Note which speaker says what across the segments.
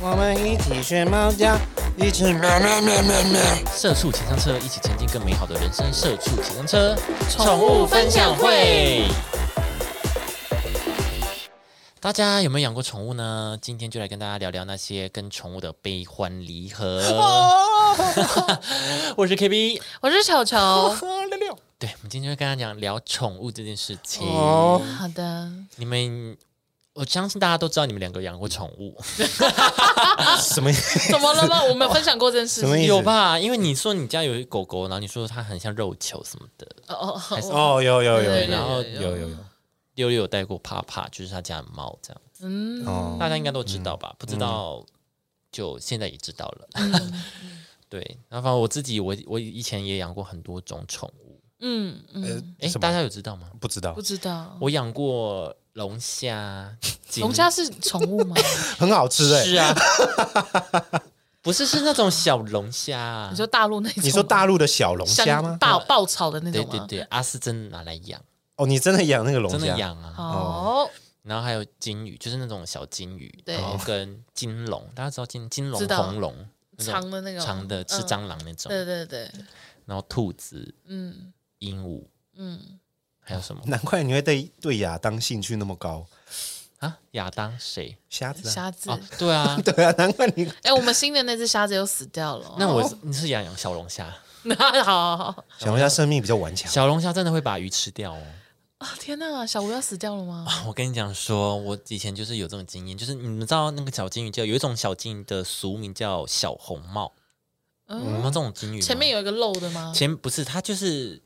Speaker 1: 我们一起学猫叫，一起喵喵喵喵喵。
Speaker 2: 社畜请上车，一起前进更美好的人生。社畜请上车，
Speaker 1: 宠物分享会。
Speaker 2: 大家有没有养过宠物呢？今天就来跟大家聊聊那些跟宠物的悲欢 离合。
Speaker 1: 哦
Speaker 2: 我是 KB，
Speaker 3: 我是球球。
Speaker 2: 对，我们今天就跟大家讲聊宠物这件事情。
Speaker 1: 哦，
Speaker 3: 好 的，
Speaker 2: 你们，我相信大家都知道你们两个养过宠物，
Speaker 1: 什么意思？
Speaker 3: 怎么 了吗？我们分享过这件事
Speaker 1: 什么
Speaker 3: 情。
Speaker 1: 意思
Speaker 2: 有吧？因为你说你家有一狗狗，然后你说它很像肉球什么的，
Speaker 3: 哦哦
Speaker 2: 还是
Speaker 3: 哦，
Speaker 1: 哦，有有有
Speaker 3: 对，
Speaker 2: 然后
Speaker 3: 有
Speaker 1: 有有有。
Speaker 2: 六六有带过帕帕，就是他家的猫，这样
Speaker 3: 嗯，
Speaker 1: 哦，
Speaker 2: 大家应该都知道吧？不知道就现在也知道了。
Speaker 3: 嗯
Speaker 2: 对，然后反正我自己，我我以前也养过很多种宠物，
Speaker 3: 嗯
Speaker 1: 呃
Speaker 3: 嗯，，
Speaker 2: 哎，
Speaker 1: 什么
Speaker 2: 大家有知道吗？
Speaker 1: 不知道
Speaker 3: 不，知道。
Speaker 2: 我养过龙虾， 锦
Speaker 3: 龙虾是宠物吗？
Speaker 1: 很好吃哎。
Speaker 2: 是啊， 不 是是那种小龙虾啊，
Speaker 3: 你说大陆那种吗？
Speaker 1: 你说大陆的小龙
Speaker 3: 香
Speaker 1: 虾吗？
Speaker 3: 大爆炒的那
Speaker 2: 对
Speaker 3: 种吗？
Speaker 2: 对对，阿斯真拿来养，
Speaker 1: 哦，你真的养那个龙
Speaker 2: 真的
Speaker 1: 虾？
Speaker 2: 养啊。
Speaker 3: 哦，
Speaker 2: 然后还有金鱼，就是那种小金鱼，
Speaker 3: 对
Speaker 2: 然后跟金龙，大家知道金金龙、
Speaker 3: 知道
Speaker 2: 红龙那种
Speaker 3: 长的那个
Speaker 2: 长的吃蟑螂那种，
Speaker 3: 对对对，
Speaker 2: 然后兔子、
Speaker 3: 嗯
Speaker 2: 鹦鹉，
Speaker 3: 嗯，
Speaker 2: 还有什么
Speaker 1: 难怪你会对对亚当兴趣那么高，
Speaker 2: 啊？亚当谁？
Speaker 1: 虾子啊，，
Speaker 3: 虾子。
Speaker 2: 哦，对 啊
Speaker 1: 对啊，难怪 你
Speaker 3: 哎，我们新的那只虾子又死掉了。
Speaker 2: 那我你是养养小龙虾，
Speaker 3: 那 好好好，
Speaker 1: 小龙虾生命比较顽强。
Speaker 2: 小龙虾真的会把鱼吃掉哦。
Speaker 3: 啊天哪，小吴要死掉了吗？
Speaker 2: 我跟你讲说，我以前就是有这种经验，就是你们知道那个小金鱼叫有一种小金鱼的俗名叫小红帽，你们
Speaker 3: 嗯，
Speaker 2: 知道这种金鱼吗
Speaker 3: 前面有一个漏的吗？
Speaker 2: 哦前不是它就是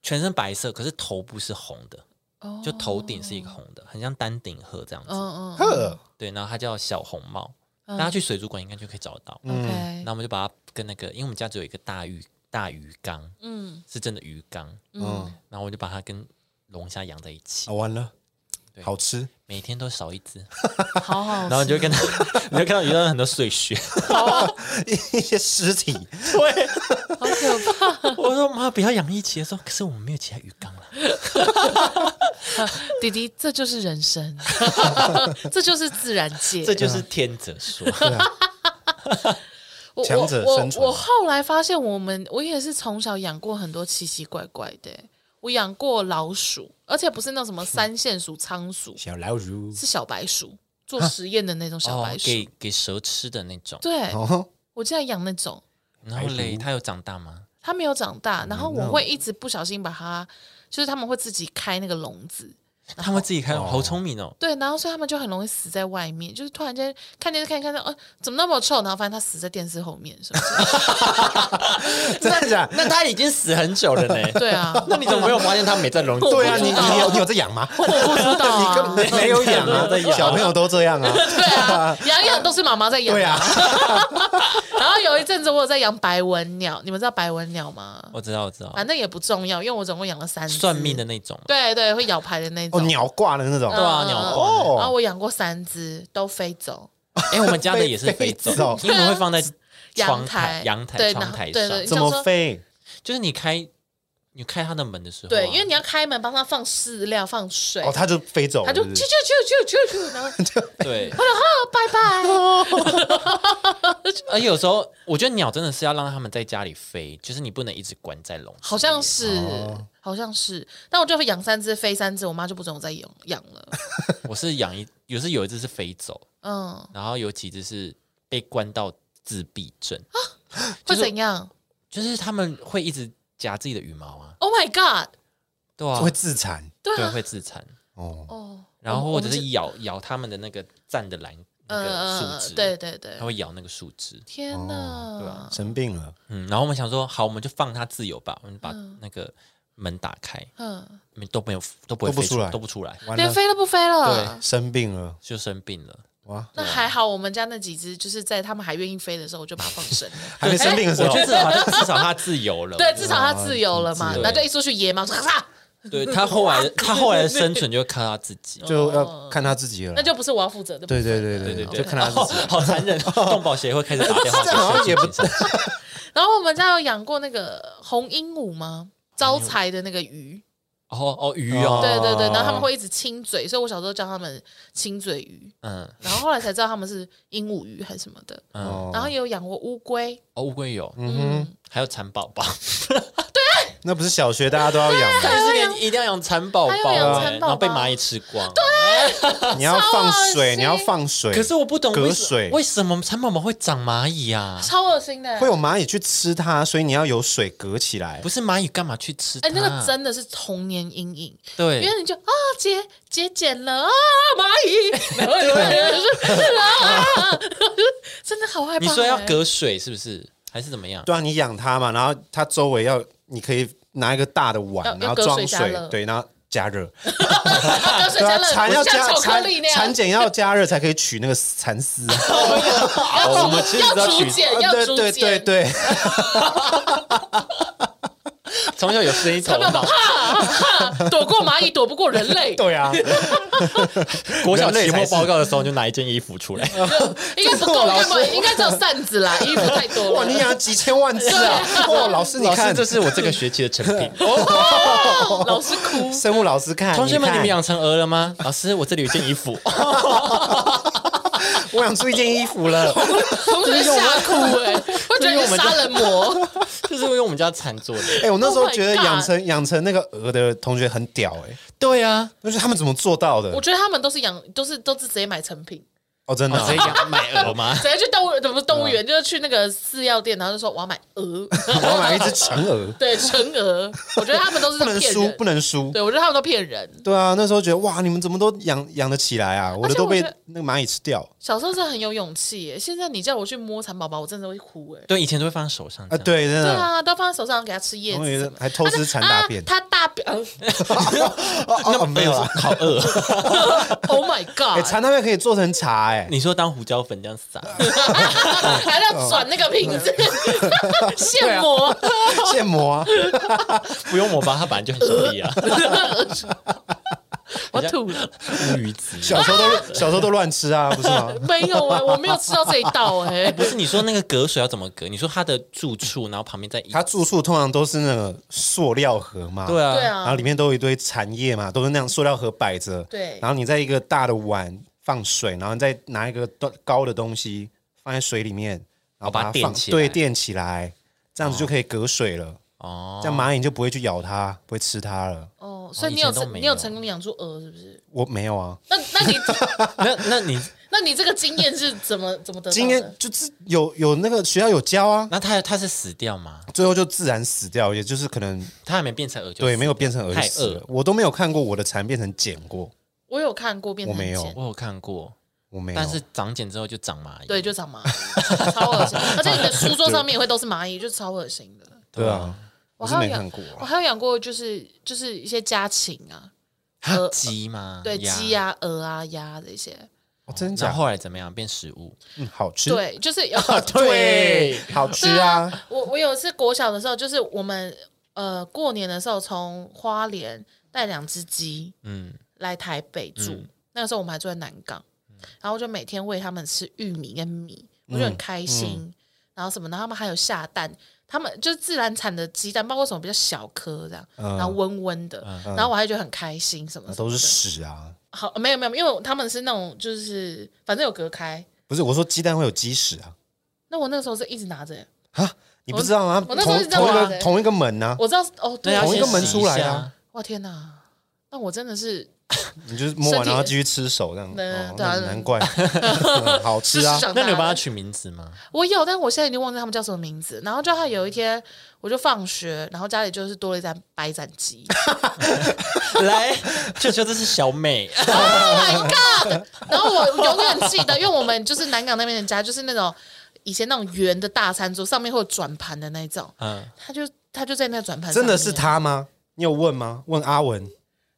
Speaker 2: 全身白色，可是头部是红的。
Speaker 3: 哦
Speaker 2: 就头顶是一个红的，很像丹顶鹤这样子。
Speaker 3: 嗯嗯嗯
Speaker 1: 呵，
Speaker 2: 对，然后它叫小红帽，
Speaker 3: 嗯
Speaker 2: 大家去水族馆应该就可以找得到。
Speaker 3: ，OK，
Speaker 2: 嗯那我们就把它跟那个，因为我们家只有一个大鱼大鱼缸，
Speaker 3: 嗯
Speaker 2: 是真的鱼缸，
Speaker 3: 嗯。
Speaker 2: 然后我就把它跟龙虾养在一起，
Speaker 1: 啊，完了，
Speaker 2: 对
Speaker 1: 好吃。
Speaker 2: 每天都少一只，
Speaker 3: 好好吃，
Speaker 2: 然后你就跟它，你就看到鱼上很多碎屑。
Speaker 1: 一些尸体，
Speaker 2: 对，
Speaker 3: 好可怕，
Speaker 2: 我说妈，不要养一起的时候，可是我们没有其他鱼缸了。
Speaker 3: 弟弟，这就是 人生，这就是自然界，
Speaker 2: 这就是天择说，
Speaker 3: 我
Speaker 1: 强者
Speaker 3: 我
Speaker 1: 生存
Speaker 3: 我我后来发现，我们我也是从小养过很多奇奇怪怪的，我养过老鼠，而且不是那什么三线鼠、仓鼠，
Speaker 1: 小老鼠
Speaker 3: 是小白鼠，做实验的那种小白
Speaker 2: 啊哦
Speaker 3: 鼠。
Speaker 2: 给给蛇吃的那种。
Speaker 3: 对，
Speaker 1: 哦，
Speaker 3: 我竟然养那种，
Speaker 2: 然后
Speaker 1: 白
Speaker 2: 嘞，
Speaker 1: 鼠
Speaker 2: 它有长大吗？
Speaker 3: 它没有长
Speaker 2: 哦
Speaker 3: 大，然后
Speaker 1: 那
Speaker 3: 我会一直不小心把它，就是他们会自己开那个笼子，
Speaker 2: 它会自己开，
Speaker 1: 哦
Speaker 2: 好聪明 哦。
Speaker 3: 对，然后所以他们就很容易死在外面，就是突然间看电视看一看到，呃，怎么那么臭？然后发现他死在电视后面，是不是？
Speaker 1: 真的假的？
Speaker 2: 那它已经死很久了呢。
Speaker 3: 对啊，
Speaker 2: 那你怎么没有发现它没在笼 子？
Speaker 1: 对啊，你你有你有在养吗？
Speaker 3: 我不知道
Speaker 1: 你根
Speaker 3: 啊，
Speaker 1: 本 没有养 啊
Speaker 2: 没有在，养
Speaker 1: 小朋友都这 样啊。
Speaker 3: 对啊，养养都是妈妈在养。
Speaker 1: 对啊，
Speaker 3: 然后有一阵子我有在养白文鸟，你们知道白文鸟吗？
Speaker 2: 我知道，我知道，
Speaker 3: 反正也不重要，因为我总共养了三只。
Speaker 2: 算命的，那种嘛。
Speaker 3: 对对，会咬牌的那
Speaker 1: 哦，
Speaker 3: 种。
Speaker 1: 鸟挂的那种
Speaker 2: 对。啊，
Speaker 3: 嗯
Speaker 2: 鸟
Speaker 3: 嗯
Speaker 2: 哦。
Speaker 3: 然后
Speaker 1: 哦，
Speaker 3: 我养过三只，都飞走。
Speaker 2: 哎，我们家的也是飞走
Speaker 1: 飞走，
Speaker 2: 因为我们会放在
Speaker 3: 阳
Speaker 2: 窗台、
Speaker 3: 台
Speaker 2: 阳台、
Speaker 3: 对
Speaker 2: 窗
Speaker 3: 然后
Speaker 2: 台
Speaker 3: 对
Speaker 2: 上
Speaker 3: 对，
Speaker 1: 怎么飞？
Speaker 2: 就是你开你开它的门的时候啊，
Speaker 3: 对，因为你要开门帮它放饲料、放水，
Speaker 1: 哦，它就飞走了。
Speaker 3: 它就是啾
Speaker 1: 不
Speaker 3: 啾
Speaker 1: 是
Speaker 3: 啾啾啾，然后
Speaker 2: 对，
Speaker 3: 拜拜。
Speaker 2: 而且有时候我觉得鸟真的是要让它们在家里飞，就是你不能一直关在笼子。
Speaker 3: 好像是
Speaker 1: 哦，
Speaker 3: 好像是。但我就养三只，飞三只，我妈就不准我再养养了。
Speaker 2: 我是养一，有时有一只是飞走，
Speaker 3: 嗯，
Speaker 2: 然后有几只是被关到自闭症，就
Speaker 3: 会
Speaker 2: 是
Speaker 3: 怎样
Speaker 2: 就是他们会一直夹自己的羽毛啊，
Speaker 3: ？Oh my god！
Speaker 2: 对啊
Speaker 1: 会，自残
Speaker 3: 对
Speaker 2: 对
Speaker 3: 啊，
Speaker 2: 会自残。
Speaker 1: 哦。
Speaker 3: 哦，
Speaker 2: 然后
Speaker 3: 我
Speaker 2: 或
Speaker 3: 我
Speaker 2: 者
Speaker 3: 们
Speaker 2: 是咬咬他们的那个站的栏
Speaker 1: 嗯
Speaker 2: 那个
Speaker 3: 呃
Speaker 2: 树枝，
Speaker 3: 对，对对
Speaker 2: 它，会咬那个树枝，
Speaker 3: 天哪！
Speaker 2: 对啊
Speaker 1: 生病了，
Speaker 2: 嗯，然后我们想说，好，我们就放它自由吧，我们把
Speaker 1: 嗯
Speaker 2: 那个门打开，
Speaker 3: 嗯，
Speaker 2: 都没有都不会
Speaker 1: 都不
Speaker 2: 飞
Speaker 1: 出来
Speaker 2: 都不出来，
Speaker 1: 完
Speaker 3: 连
Speaker 1: 了，
Speaker 3: 飞都不飞了
Speaker 2: 对。啊
Speaker 1: 生病了，
Speaker 2: 就生病 了。
Speaker 1: 哇！
Speaker 3: 那还好，我们家那几只就是在他们还愿意飞的时候，我就把它放 生了。
Speaker 1: 还没生病的时
Speaker 2: 我
Speaker 1: 候
Speaker 2: 觉，得至少它至少它自由了，
Speaker 3: 对，至少它自由了嘛
Speaker 2: 自由。
Speaker 3: 那就一出去野 猫，唰
Speaker 2: 对它后来它后来的生存就靠它自己。
Speaker 1: 就要看他自己了。
Speaker 3: 那就不是我要负责的。
Speaker 1: 对对对
Speaker 2: 对
Speaker 1: 对
Speaker 2: 对
Speaker 1: 就
Speaker 2: 对，
Speaker 1: 看他自己。
Speaker 2: 哦好残忍！动保协会开始打电话 给
Speaker 1: 这好像也不
Speaker 2: 社区警察
Speaker 3: 然后我们家有养过那个红鹦鹉吗？招财的那个鱼，
Speaker 2: 哦哦，鱼哦，
Speaker 3: 对对对，然后他们会一直亲嘴，所以我小时候叫他们亲嘴鱼，
Speaker 2: 嗯
Speaker 3: 然后后来才知道他们是鹦鹉鱼还是什么的。
Speaker 2: 嗯，
Speaker 1: 哦
Speaker 3: 然后也有养过乌龟，
Speaker 2: 哦乌龟有，
Speaker 3: 嗯，
Speaker 2: 还有蚕宝宝，
Speaker 1: 那不是小学大家都要养吗？
Speaker 2: 但是你一定要养蚕宝宝
Speaker 3: 还有养
Speaker 2: 欸，
Speaker 3: 蚕宝宝
Speaker 2: 然后被蚂蚁吃光。
Speaker 1: 你要放水，
Speaker 3: 啊心
Speaker 1: 你要放水。
Speaker 2: 可是我不懂
Speaker 1: 隔
Speaker 2: 为什
Speaker 1: 水
Speaker 2: 为什么蚕宝宝会长蚂蚁啊？
Speaker 3: 超恶心的。
Speaker 1: 会有蚂蚁去吃它，所以你要有水隔起来
Speaker 2: 不。是蚂蚁干嘛去吃它？
Speaker 3: 哎，那个真的是童年阴影，
Speaker 2: 对，
Speaker 3: 因为你就啊姐姐捡了啊蚂蚁，然后你就就是啊，真的好害怕。
Speaker 2: 你说要
Speaker 3: 哎
Speaker 2: 隔水是不是？还是怎么样？
Speaker 1: 对啊，你养它嘛，然后它周围要，你可以拿一个大的
Speaker 3: 要
Speaker 1: 碗，然
Speaker 3: 要
Speaker 1: 后
Speaker 3: 隔水
Speaker 1: 装
Speaker 3: 加热
Speaker 1: 对，然后加热。
Speaker 3: 隔
Speaker 1: 对
Speaker 3: 水加
Speaker 1: 啊，
Speaker 3: 热，
Speaker 1: 蚕要加
Speaker 3: 像巧克
Speaker 1: 蚕
Speaker 3: 力那样
Speaker 1: 蚕，茧要加热才可以取那个蚕丝 啊。
Speaker 2: 哦我们其实
Speaker 3: 要
Speaker 2: 都
Speaker 3: 竹
Speaker 2: 取
Speaker 3: 简，要
Speaker 1: 对
Speaker 3: 竹
Speaker 1: 对对
Speaker 3: 简，
Speaker 1: 对，
Speaker 2: 从小有生意头
Speaker 3: 蚕
Speaker 2: 脑，
Speaker 3: 宝宝哈哈，躲过蚂蚁，躲不过人类，
Speaker 1: 对啊，
Speaker 2: 国小
Speaker 1: 人类
Speaker 2: 期末
Speaker 1: 才是
Speaker 2: 报告的时候你就拿一件衣服出 来，
Speaker 3: 应该不够，应该不应该只有扇子啦，衣服太 多
Speaker 1: 哇，
Speaker 3: 了。
Speaker 1: 你养几千万只啊！哇，老师你
Speaker 2: 老师
Speaker 1: 看，
Speaker 2: 这是我这个学期的成品。
Speaker 3: 老师哭，
Speaker 1: 生物老师看，
Speaker 2: 同学们，
Speaker 1: 看
Speaker 2: 你们养成鹅了吗？ 老师，我这里有一件衣 服，
Speaker 1: 我养出一件衣服
Speaker 3: Oh
Speaker 1: 了，
Speaker 3: 同学吓哭 哎，我觉得你 是杀人魔，
Speaker 2: 这是用我们家蚕做的。
Speaker 1: 哎、我那时
Speaker 3: Oh
Speaker 1: 候
Speaker 3: my
Speaker 1: 觉得
Speaker 3: God
Speaker 1: 养成养成那个鹅的同学很屌哎、
Speaker 2: 对 啊，
Speaker 1: 那就是他们怎么做到的
Speaker 3: 我？觉得他们都是养，都是都是直接买成品。
Speaker 1: 哦，真的、
Speaker 2: 直接
Speaker 1: 哦，
Speaker 2: 养买鹅吗？
Speaker 3: 直接去动物，怎么动物园，就是去那个饲料店，然后就说我要买鹅，，
Speaker 1: 嗯 我要买一只成鹅
Speaker 3: 对，成鹅。我觉得他们都是
Speaker 1: 不
Speaker 3: 在
Speaker 1: 能
Speaker 3: 骗
Speaker 1: 输，
Speaker 3: 人
Speaker 1: 不，能输。
Speaker 3: 对我觉得他们都骗人。
Speaker 1: 对啊，那时候觉得哇，你们怎么都养养得起来啊？我的
Speaker 3: 而且
Speaker 1: 都
Speaker 3: 我
Speaker 1: 被
Speaker 3: 觉得
Speaker 1: 那个蚂蚁吃掉
Speaker 3: 小时候是很有勇气耶，现在你叫我去摸蚕宝宝，我真的会哭 哎。
Speaker 2: 对，以前都会放在手上
Speaker 1: 啊！
Speaker 2: 这样，
Speaker 1: 对，真
Speaker 3: 对
Speaker 1: 的，
Speaker 3: 啊，都放在手上给它吃叶
Speaker 1: 我
Speaker 3: 子
Speaker 1: 以
Speaker 3: 什
Speaker 1: 为
Speaker 3: 么。
Speaker 1: 还偷吃蚕大便
Speaker 3: 啊，他大便、 呃
Speaker 1: 哦哦哦，没有 啊。
Speaker 2: 好饿。
Speaker 3: o h Oh my
Speaker 1: 哎，
Speaker 3: god！、
Speaker 1: 蚕大便可以做成茶 哎、
Speaker 2: 你说当胡椒粉这样撒，
Speaker 3: 还要转那个瓶子，
Speaker 1: 哦
Speaker 3: 现磨。
Speaker 1: 现磨啊！
Speaker 2: 不用抹吧，它本来就很犀利啊，
Speaker 3: 我吐了，
Speaker 2: 乌鱼子。
Speaker 1: 小时候都小时候都乱吃啊，不是吗？
Speaker 3: 没有哎、我没有吃到这一道 哎、
Speaker 2: 不是你说那个隔水要怎么隔？你说它的住处，然后旁边再一
Speaker 1: 他住处通常都是那个塑料盒嘛，
Speaker 2: 对啊，
Speaker 3: 对
Speaker 1: 然后
Speaker 3: 啊
Speaker 1: 里，面都有一堆残叶嘛，都是那样塑料盒摆着。
Speaker 3: 对
Speaker 1: 然后你在一个大的碗放水，然后你再拿一个高高的东西放在水里面，然后
Speaker 2: 把它
Speaker 1: 它
Speaker 2: 垫
Speaker 1: 放
Speaker 2: 起来
Speaker 1: 对，垫起来，这样子就可以隔水了。
Speaker 2: 哦，
Speaker 1: 这样蚂蚁就不会去咬它，不会吃它了。
Speaker 3: 哦，所以
Speaker 2: 以
Speaker 3: 你有
Speaker 2: 前都
Speaker 3: 成，
Speaker 2: 没
Speaker 3: 你有
Speaker 2: 有
Speaker 3: 成功养出鹅是不是？
Speaker 1: 我没有啊，
Speaker 3: 那那你
Speaker 2: 那那你
Speaker 3: 那你这个经验是怎么怎么得到的？
Speaker 1: 今天就是有有那个学校有教啊，
Speaker 2: 那它它是死掉吗？
Speaker 1: 最后就自然死掉，也就是可能
Speaker 2: 它还没变成鹅就
Speaker 1: 对
Speaker 2: 死
Speaker 1: 没有变成儿
Speaker 2: 太
Speaker 1: 死
Speaker 2: 饿
Speaker 1: 了。我都没有看过我的蚕变成茧过，
Speaker 3: 我有看过变成
Speaker 1: 我没有
Speaker 3: 茧
Speaker 2: 我有看过，
Speaker 1: 我没有。
Speaker 2: 但是长茧之后就长蚂蚁。
Speaker 3: 对，就长蚂蚁，超恶 心。而且你的书桌上面也会都是蚂蚁，就超恶心的。
Speaker 1: 对啊，
Speaker 3: 我
Speaker 1: 我是
Speaker 3: 还有
Speaker 1: 没
Speaker 3: 养
Speaker 1: 看过啊
Speaker 3: 我还有养过，就是就是一些家禽啊，
Speaker 2: 哈，鸡吗？
Speaker 3: 对，
Speaker 2: 鸭
Speaker 3: 鸡。啊、鹅啊、鸭这些，
Speaker 1: 哦真
Speaker 2: 然
Speaker 1: 假
Speaker 2: 后？后来怎么样变食物？
Speaker 1: 嗯，好吃，
Speaker 3: 对，就是哦有
Speaker 1: 对，好吃啊。
Speaker 3: 我我有一次国小的时候，就是我们呃过年的时候从花莲带两只鸡
Speaker 2: 嗯，
Speaker 3: 来台北住，
Speaker 1: 嗯
Speaker 3: 那个时候我们还住在南港，然后我就每天喂他们吃玉米跟米，
Speaker 1: 嗯
Speaker 3: 我就很开心。然后什么，然后他们还有下蛋，他们就是自然产的鸡蛋，包括什么比较小颗这样，
Speaker 1: 嗯
Speaker 3: 然后温温的，然后我还觉得很开心，什么
Speaker 1: 那
Speaker 3: 什么
Speaker 1: 都
Speaker 3: 的
Speaker 1: 是屎啊！
Speaker 3: 好，没有没有，因为他们是那种就是反正有隔开。
Speaker 1: 不是我说鸡蛋会有鸡屎啊
Speaker 3: 那我那时候是一直拿着，欸
Speaker 1: 啊！你不知道吗？同
Speaker 3: 我那时候
Speaker 1: 同
Speaker 3: 是
Speaker 1: 一
Speaker 3: 这样拿的
Speaker 1: 个同一个门呐，
Speaker 3: 我知道是哦，对
Speaker 2: 那要
Speaker 3: 啊，
Speaker 1: 同一个
Speaker 2: 先
Speaker 1: 门
Speaker 2: 洗
Speaker 1: 出来的
Speaker 2: 下
Speaker 1: 啊
Speaker 3: 哇天哪，那我真的是
Speaker 1: 你就是摸
Speaker 3: 身
Speaker 1: 完
Speaker 3: 体
Speaker 1: 然后继续吃手这样，
Speaker 3: 对
Speaker 1: 哦
Speaker 3: 对啊
Speaker 1: 那难怪 嗯好吃啊
Speaker 3: 是！长大
Speaker 2: 那你有帮它
Speaker 3: 的。
Speaker 2: 取名字吗？
Speaker 3: 我有，但我现在已经忘记他们叫什么名字。然后就他有一天，我就放学，然后家里就是多了一盏白斩鸡
Speaker 2: 来，舅舅，这是小美，
Speaker 3: ，Oh my god！然后我永远记得，因为我们就是南港那边的家，就是那种以前那种圆的大餐桌，上面会有转盘的那一种，
Speaker 2: 嗯，
Speaker 3: 他就他就在那转盘，
Speaker 1: 真的是，他吗？你有问吗？问阿文，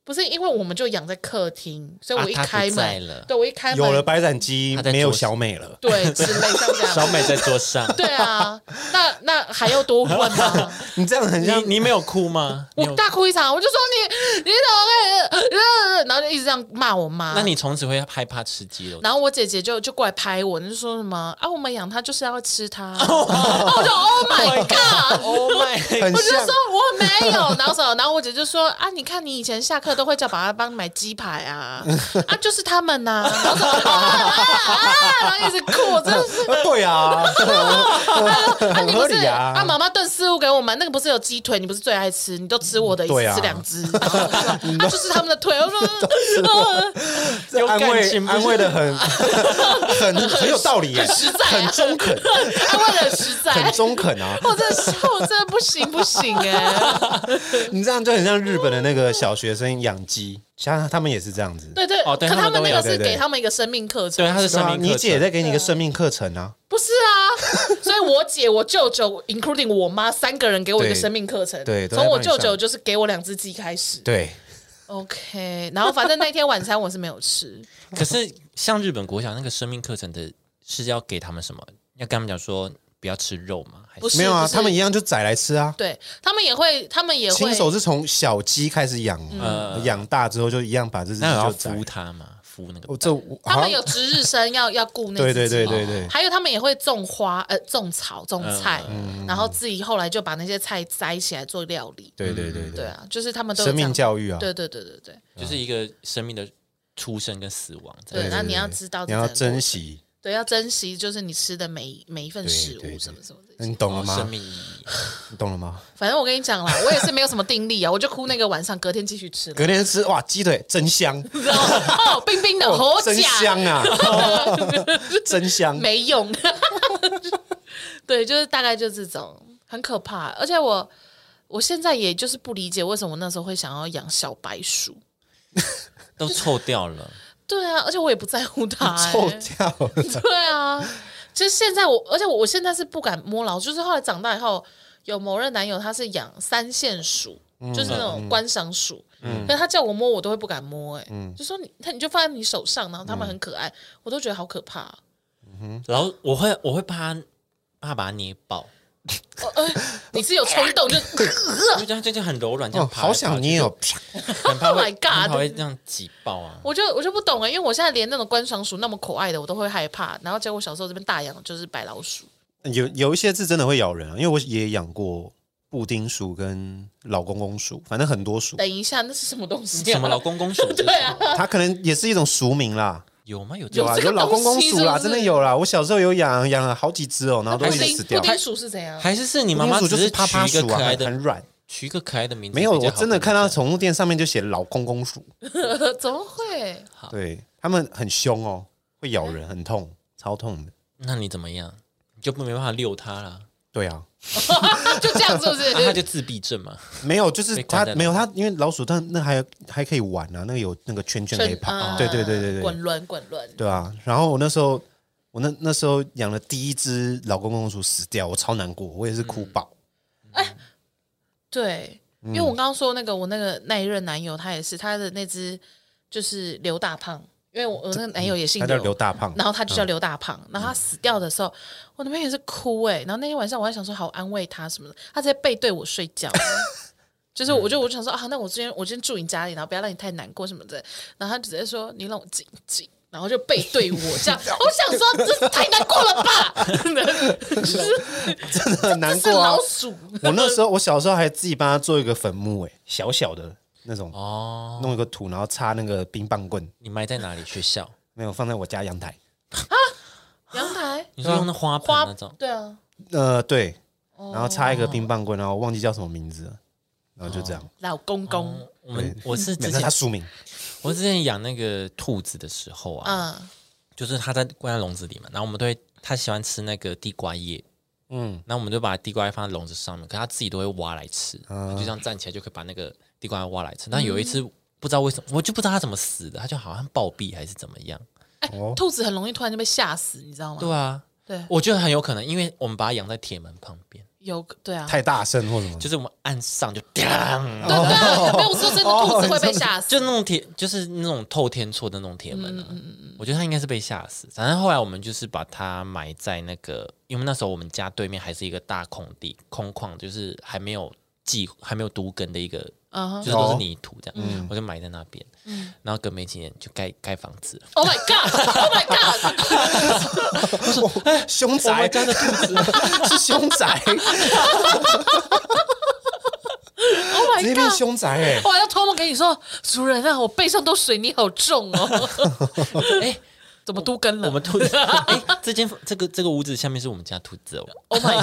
Speaker 3: 不是因为我们就养在客厅，所以我一
Speaker 2: 啊它不
Speaker 3: 开
Speaker 2: 在
Speaker 3: 门，
Speaker 2: 了
Speaker 3: 对我一开门
Speaker 1: 有了白斩鸡
Speaker 2: 他在，
Speaker 1: 没有
Speaker 2: 做
Speaker 1: 小美了。
Speaker 3: 对之类像这
Speaker 2: 小
Speaker 3: 样，
Speaker 2: 美在桌 上，
Speaker 3: 对啊，那那还要多问吗？
Speaker 1: 你这样很像
Speaker 2: 你你没有哭吗？你
Speaker 3: 我
Speaker 2: 有
Speaker 3: 大哭一场，我就说你你 怎么可以呃，然后就一直这样骂我妈。
Speaker 2: 那你从此会害怕吃鸡肉？
Speaker 3: 然后我姐姐就就过来拍我，就说什么啊，我们养它就是要吃它。然后我就 Oh my god！
Speaker 2: Oh my！
Speaker 1: 很
Speaker 3: 我就
Speaker 1: 像
Speaker 3: 说我没有，然后什么，然后我姐就说啊，你看你以前下课都会叫爸爸帮你买鸡排啊，啊就是他们呐、然后什么啊啊啊，然后一直哭，我真的是。
Speaker 1: 啊对啊，
Speaker 3: 啊，你
Speaker 1: 很
Speaker 3: 不
Speaker 1: 合
Speaker 3: 是
Speaker 1: 理啊。
Speaker 3: 妈妈炖食物给我们，那个不是有鸡腿，你不是最爱吃，你都吃我的，一次
Speaker 1: 对啊
Speaker 3: 吃两只，然后我就说啊，就是他们的腿，我啊说
Speaker 1: 这
Speaker 2: 有
Speaker 1: 安
Speaker 2: 感
Speaker 1: 慰
Speaker 2: 情不是
Speaker 1: 安慰的很 很很有道理耶，
Speaker 3: 实在啊
Speaker 1: 很中 肯，
Speaker 3: 安慰的实
Speaker 1: 很
Speaker 3: 在。
Speaker 1: 中肯啊！
Speaker 3: 我真的是，我真的不行不行 哎、
Speaker 1: 你这样就很像日本的那个小学生养鸡，想想他们也是这样子。
Speaker 3: 对对，
Speaker 2: 哦对
Speaker 3: 可
Speaker 2: 他们
Speaker 3: 们那
Speaker 2: 都有
Speaker 3: 个是
Speaker 1: 对对
Speaker 3: 给他们一个生命课程，
Speaker 2: 对，他
Speaker 1: 对
Speaker 2: 是生
Speaker 1: 啊，
Speaker 2: 命课
Speaker 1: 你姐
Speaker 2: 程
Speaker 1: 在给你一个生命课程啊，
Speaker 3: 不是啊， 所以我姐、我舅舅，including 我妈，三个人给我一个
Speaker 1: 对
Speaker 3: 生命课程。
Speaker 1: 对都在
Speaker 3: 从我
Speaker 1: 帮你
Speaker 3: 舅
Speaker 1: 上
Speaker 3: 舅就是给我两只鸡开始。
Speaker 1: 对，
Speaker 3: OK，然后反正那天晚餐我是没有吃，
Speaker 2: 可是像日本国小那个生命课程的是要给他们什么？要跟他们讲说不要吃肉吗？还
Speaker 3: 不
Speaker 2: 是
Speaker 3: 是
Speaker 1: 没有啊，
Speaker 3: 不是
Speaker 1: 他们一样就宰来吃啊。
Speaker 3: 对他们也会，他们也会
Speaker 1: 亲手是从小鸡开始养，
Speaker 2: 嗯
Speaker 1: 养大之后就一样把这只鸡
Speaker 2: 那有要
Speaker 1: 就宰。
Speaker 2: 孵它吗？孵那个
Speaker 1: 哦，这我
Speaker 3: 他
Speaker 1: 好
Speaker 3: 们
Speaker 1: 像
Speaker 3: 有值日生要 要顾那
Speaker 1: 对对对
Speaker 3: 只鸡
Speaker 1: 对对，嗯
Speaker 3: 还有他们也会种花、呃种草、种菜，然后自己后来就把那些菜摘起来做料理。
Speaker 1: 对对对
Speaker 3: 对
Speaker 1: 对，
Speaker 3: 啊，就是他们都有
Speaker 1: 生
Speaker 3: 这样
Speaker 1: 命教育啊，
Speaker 3: 对对对对对
Speaker 2: 就是一个生命的出生跟死亡这样。
Speaker 3: 对，然后你要知道
Speaker 1: 你
Speaker 3: 这整
Speaker 1: 要
Speaker 3: 个过程，
Speaker 1: 珍惜，
Speaker 3: 对，要珍惜，就是你吃的每每一份
Speaker 1: 对
Speaker 3: 食
Speaker 1: 对
Speaker 3: 物，什么什么的。
Speaker 1: 你懂了
Speaker 2: 哦生
Speaker 1: 吗？
Speaker 2: 命意义，
Speaker 1: 你懂了吗？
Speaker 3: 反正我跟你讲啦，我也是没有什么定力啊，我就哭那个晚上，隔天继续 吃了。
Speaker 1: 隔天吃哇，鸡腿真香，
Speaker 3: 然后哦，冰冰的好
Speaker 1: 真
Speaker 3: 假，
Speaker 1: 香啊，真香。
Speaker 3: 没用。 对，就是大概就这种，很可怕。而且我我现在也就是不理解，为什么我那时候会想要养小白鼠。
Speaker 2: 都臭掉了。
Speaker 3: 对啊，而且我也不在乎它、欸。
Speaker 1: 臭掉了，
Speaker 3: 对啊，其实现在我，而且我我现在是不敢摸老鼠，就是后来长大以后，有某任男友他是养三线鼠，
Speaker 1: 嗯
Speaker 3: 就是那种观赏鼠，可是他叫我摸我都会不敢摸、欸，哎、
Speaker 1: 嗯
Speaker 3: 就说你，他你就放在你手上，然后他们很可爱，我都觉得好可怕、啊
Speaker 2: 然后我会我会怕它怕把它捏爆，
Speaker 3: 哦呃你是有冲 动就
Speaker 2: 因为它就就很柔软，这
Speaker 1: 呃哦，
Speaker 2: 样爬来
Speaker 1: 好想
Speaker 2: 爬去
Speaker 1: 捏
Speaker 2: 就
Speaker 1: 哦！啪
Speaker 2: 很怕
Speaker 3: Oh
Speaker 2: 会
Speaker 3: my god
Speaker 2: 很怕会这样挤爆 啊！
Speaker 3: 我就我就不懂哎、因为我现在连那种观赏鼠那么可爱的我都会害怕，然后结果小时候这边大养的就是白老鼠，
Speaker 1: 有有一些字真的会咬人啊，因为我也养过布丁鼠跟老公公鼠，反正很多鼠，
Speaker 3: 等一下那是什么东西、啊？
Speaker 2: 什么老 公公鼠？
Speaker 3: 对啊，
Speaker 1: 它可能也是一种俗名啦。
Speaker 2: 有吗？有这
Speaker 1: 有
Speaker 2: 种
Speaker 1: 啊，
Speaker 3: 这个
Speaker 1: 有老公公鼠啦，
Speaker 3: 东西是不是
Speaker 1: 真的有啦。我小时候有养，养了好几只哦，然后
Speaker 3: 布
Speaker 1: 都一直
Speaker 3: 丁
Speaker 1: 死
Speaker 3: 布
Speaker 1: 掉。
Speaker 3: 丁鼠是怎样？
Speaker 2: 还是是你妈
Speaker 1: 老
Speaker 2: 妈
Speaker 1: 公鼠
Speaker 2: 只
Speaker 1: 就是是啪啪
Speaker 2: 取一个
Speaker 1: 鼠
Speaker 2: 可
Speaker 1: 啊，
Speaker 2: 爱
Speaker 1: 很
Speaker 2: 的
Speaker 1: 很软。
Speaker 2: 取一个可爱的名字比
Speaker 1: 没
Speaker 2: 较
Speaker 1: 有，
Speaker 2: 好，
Speaker 1: 我真的看到宠物店上面就写老公公鼠，
Speaker 3: 怎么会？
Speaker 1: 对他们很凶哦，会咬人，很痛，超痛的。
Speaker 2: 那你怎么样？你就不没办法遛它了，
Speaker 1: 对啊，
Speaker 3: 就这样是不是？
Speaker 2: 那它就自闭症嘛。
Speaker 1: 没有，就是
Speaker 2: 被关
Speaker 1: 它
Speaker 2: 在
Speaker 1: 没有它，因为老鼠它那还还可以玩啊，那个有那个圈圈可以
Speaker 3: 趁
Speaker 1: 跑。
Speaker 3: 啊
Speaker 1: 对对对对对
Speaker 3: 滚，轮滚轮，
Speaker 1: 对啊。然后我那时候，我那那时候养了第一只老公公鼠死掉，我超难过，我也是哭爆。
Speaker 3: 对，因为我
Speaker 1: 嗯
Speaker 3: 刚刚说那个我那个那一任男友，他也是他的那只就是刘大胖，因为我我那个男友哎也姓
Speaker 1: 它叫刘大胖，嗯
Speaker 3: 然后他就叫刘大胖，然后他死掉的时候，我那边也是哭哎、然后那天晚上我还想说好安慰他什么的，他直接背对我睡觉， 就是我就我就想说啊，那我今天我今天住你家里，然后不要让你太难过什么的，然后他直接说你让我紧紧，然后就背对我这样， 我想说这太难过了吧，
Speaker 1: 真的很
Speaker 3: 这
Speaker 1: 难
Speaker 3: 是
Speaker 1: 过啊
Speaker 3: 老。鼠，
Speaker 1: 我那时候，我小时候还自己帮它做一个坟墓，哎，小小的那种，
Speaker 2: 哦，
Speaker 1: 弄一个土，然后插那个冰棒棍，
Speaker 2: 你埋在哪里？学校？
Speaker 1: 没有放在我家阳台。
Speaker 3: 阳台
Speaker 2: 你说用那花
Speaker 3: 花
Speaker 2: 盆那种？
Speaker 3: 对啊。哦
Speaker 1: 呃，对，然后插一个冰棒棍，然后我忘记叫什么名字了，然后就这样。
Speaker 3: 老公公，
Speaker 2: 嗯我们我是
Speaker 1: 免
Speaker 2: 之
Speaker 1: 得它
Speaker 2: 前
Speaker 1: 署名，
Speaker 2: 我之前养那个兔子的时候啊，
Speaker 3: 嗯，
Speaker 2: 就是它在关在笼子里嘛，然后我们都会它喜欢吃那个地瓜叶，
Speaker 1: 嗯，
Speaker 2: 然后我们就把地瓜叶放在笼子上面，可它自己都会挖来吃，它就这样站起来就可以把那个地瓜叶挖来吃。但有一次不知道为什么，我就不知道它怎么死的，它就好像暴毙还是怎么样。
Speaker 1: 哦，
Speaker 3: 兔子很容易突然就被吓死，你知道吗？
Speaker 2: 对啊，
Speaker 3: 对
Speaker 2: 我觉得很有可能，因为我们把它养在铁门旁边，
Speaker 3: 有对啊，
Speaker 1: 太大声或什么，
Speaker 2: 就是我们岸上就 当，
Speaker 3: 对啊，
Speaker 2: 哦
Speaker 3: 没有我说真的，兔子会被吓死。
Speaker 2: 就那种铁，就是那种透天错的那种铁门啊。我觉得他应该是被吓死。反正后来我们就是把它埋在那个，因为那时候我们家对面还是一个大空地，空旷，就是还没有计，还没有独根的一个，
Speaker 3: 嗯哼
Speaker 2: 就是都是泥土这样。我就埋在那边，然后隔没几年就盖盖房子了。
Speaker 3: Oh my god！Oh my god！
Speaker 1: 哦凶宅家的兔子 是凶宅，直
Speaker 3: Oh
Speaker 1: 接
Speaker 3: my
Speaker 1: 变
Speaker 3: god！
Speaker 1: 凶宅哎、
Speaker 3: 我要偷摸跟你说，主人啊，我背上都水泥，好重 哦。哎，怎么都跟了
Speaker 2: 我们兔子， 哎，这间这个这个屋子下面是我们家兔子哦。
Speaker 3: ？Oh my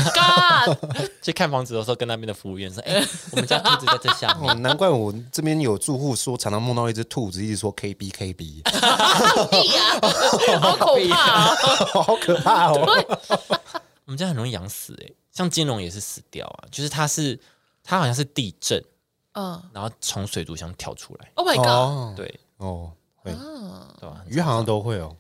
Speaker 3: god！
Speaker 2: 去看房子的时候，跟那边的服务员说：“哎，我们家兔子在这下面。
Speaker 1: 哦，难怪我这边有住户说，常常梦到一只兔子，一直说 K B K B，
Speaker 3: 屁啊， 好可怕哦！
Speaker 1: 好可怕哦！
Speaker 2: 我们家很容易养死哎、像金融也是死掉啊，就是它是它好像是地震，
Speaker 3: 嗯
Speaker 2: 然后从水族箱跳出来，
Speaker 3: ，Oh my god！
Speaker 1: 哦，
Speaker 2: 对
Speaker 1: 哦，会
Speaker 3: 嗯，
Speaker 2: 对吧？
Speaker 1: 鱼好像都会哦，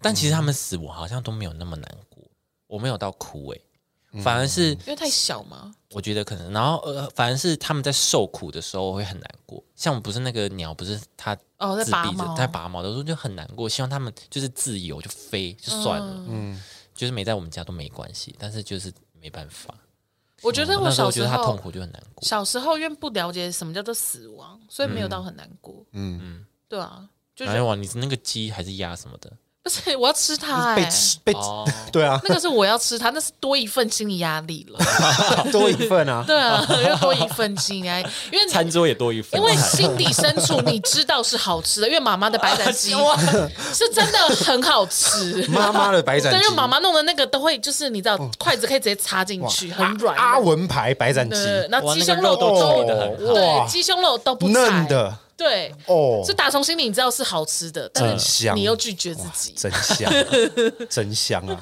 Speaker 2: 但其实他们死我好像都没有那么难过，我没有到哭哎、反而是
Speaker 3: 因为太小嘛。
Speaker 2: 我觉得可能，然后呃，反而是他们在受苦的时候会很难过。像不是那个鸟，不是它
Speaker 3: 哦在
Speaker 2: 自
Speaker 3: 拔
Speaker 2: 闭
Speaker 3: 毛
Speaker 2: 症，在拔毛的时候就很难过，希望他们就是自由就飞就算了，嗯，就是没在我们家都没关系，但是就是没办法。
Speaker 3: 我觉得
Speaker 2: 哦那
Speaker 3: 我
Speaker 2: 时候
Speaker 3: 小
Speaker 2: 觉
Speaker 3: 时
Speaker 2: 得他痛
Speaker 3: 候，
Speaker 2: 苦就很难过。
Speaker 3: 小时候因为不了解什么叫做死亡，所以没有到很难过。
Speaker 1: 嗯
Speaker 3: 嗯，对啊，就
Speaker 2: 哎
Speaker 3: 是
Speaker 2: 哇，你是那个鸡还是鸭什么 的？
Speaker 3: 不是我要吃它
Speaker 1: 被
Speaker 3: 哎。
Speaker 1: 吃被
Speaker 2: 哦，
Speaker 1: 对啊，
Speaker 3: 那个是我要吃它，那是多一份心理压力 了。
Speaker 1: 多一份啊，
Speaker 3: 对啊，又多一份心理压力，因为你
Speaker 2: 餐桌也多一份，
Speaker 3: 因为心底深处你知道是好吃的，因为妈妈的白 斩鸡是真的很好吃。
Speaker 1: 妈妈的白斩
Speaker 3: 对，
Speaker 1: 鸡嗯
Speaker 3: 因为，妈妈弄的那个都会，就是你知道，筷子可以直接插进去，很软的。
Speaker 1: 阿文牌白斩鸡，
Speaker 3: 对，然 后
Speaker 2: 哇
Speaker 3: 鸡
Speaker 2: 那个
Speaker 3: 胸肉
Speaker 2: 肉都哦处理
Speaker 3: 都
Speaker 2: 得很
Speaker 1: 好哇
Speaker 3: 对，鸡胸肉都不踩
Speaker 1: 嫩，的
Speaker 3: 对，
Speaker 1: 哦
Speaker 3: 就，打从心里你知道是好吃的，但
Speaker 1: 真
Speaker 3: 是
Speaker 1: 香
Speaker 3: 你又拒绝自己，
Speaker 1: 真香，啊 真香啊！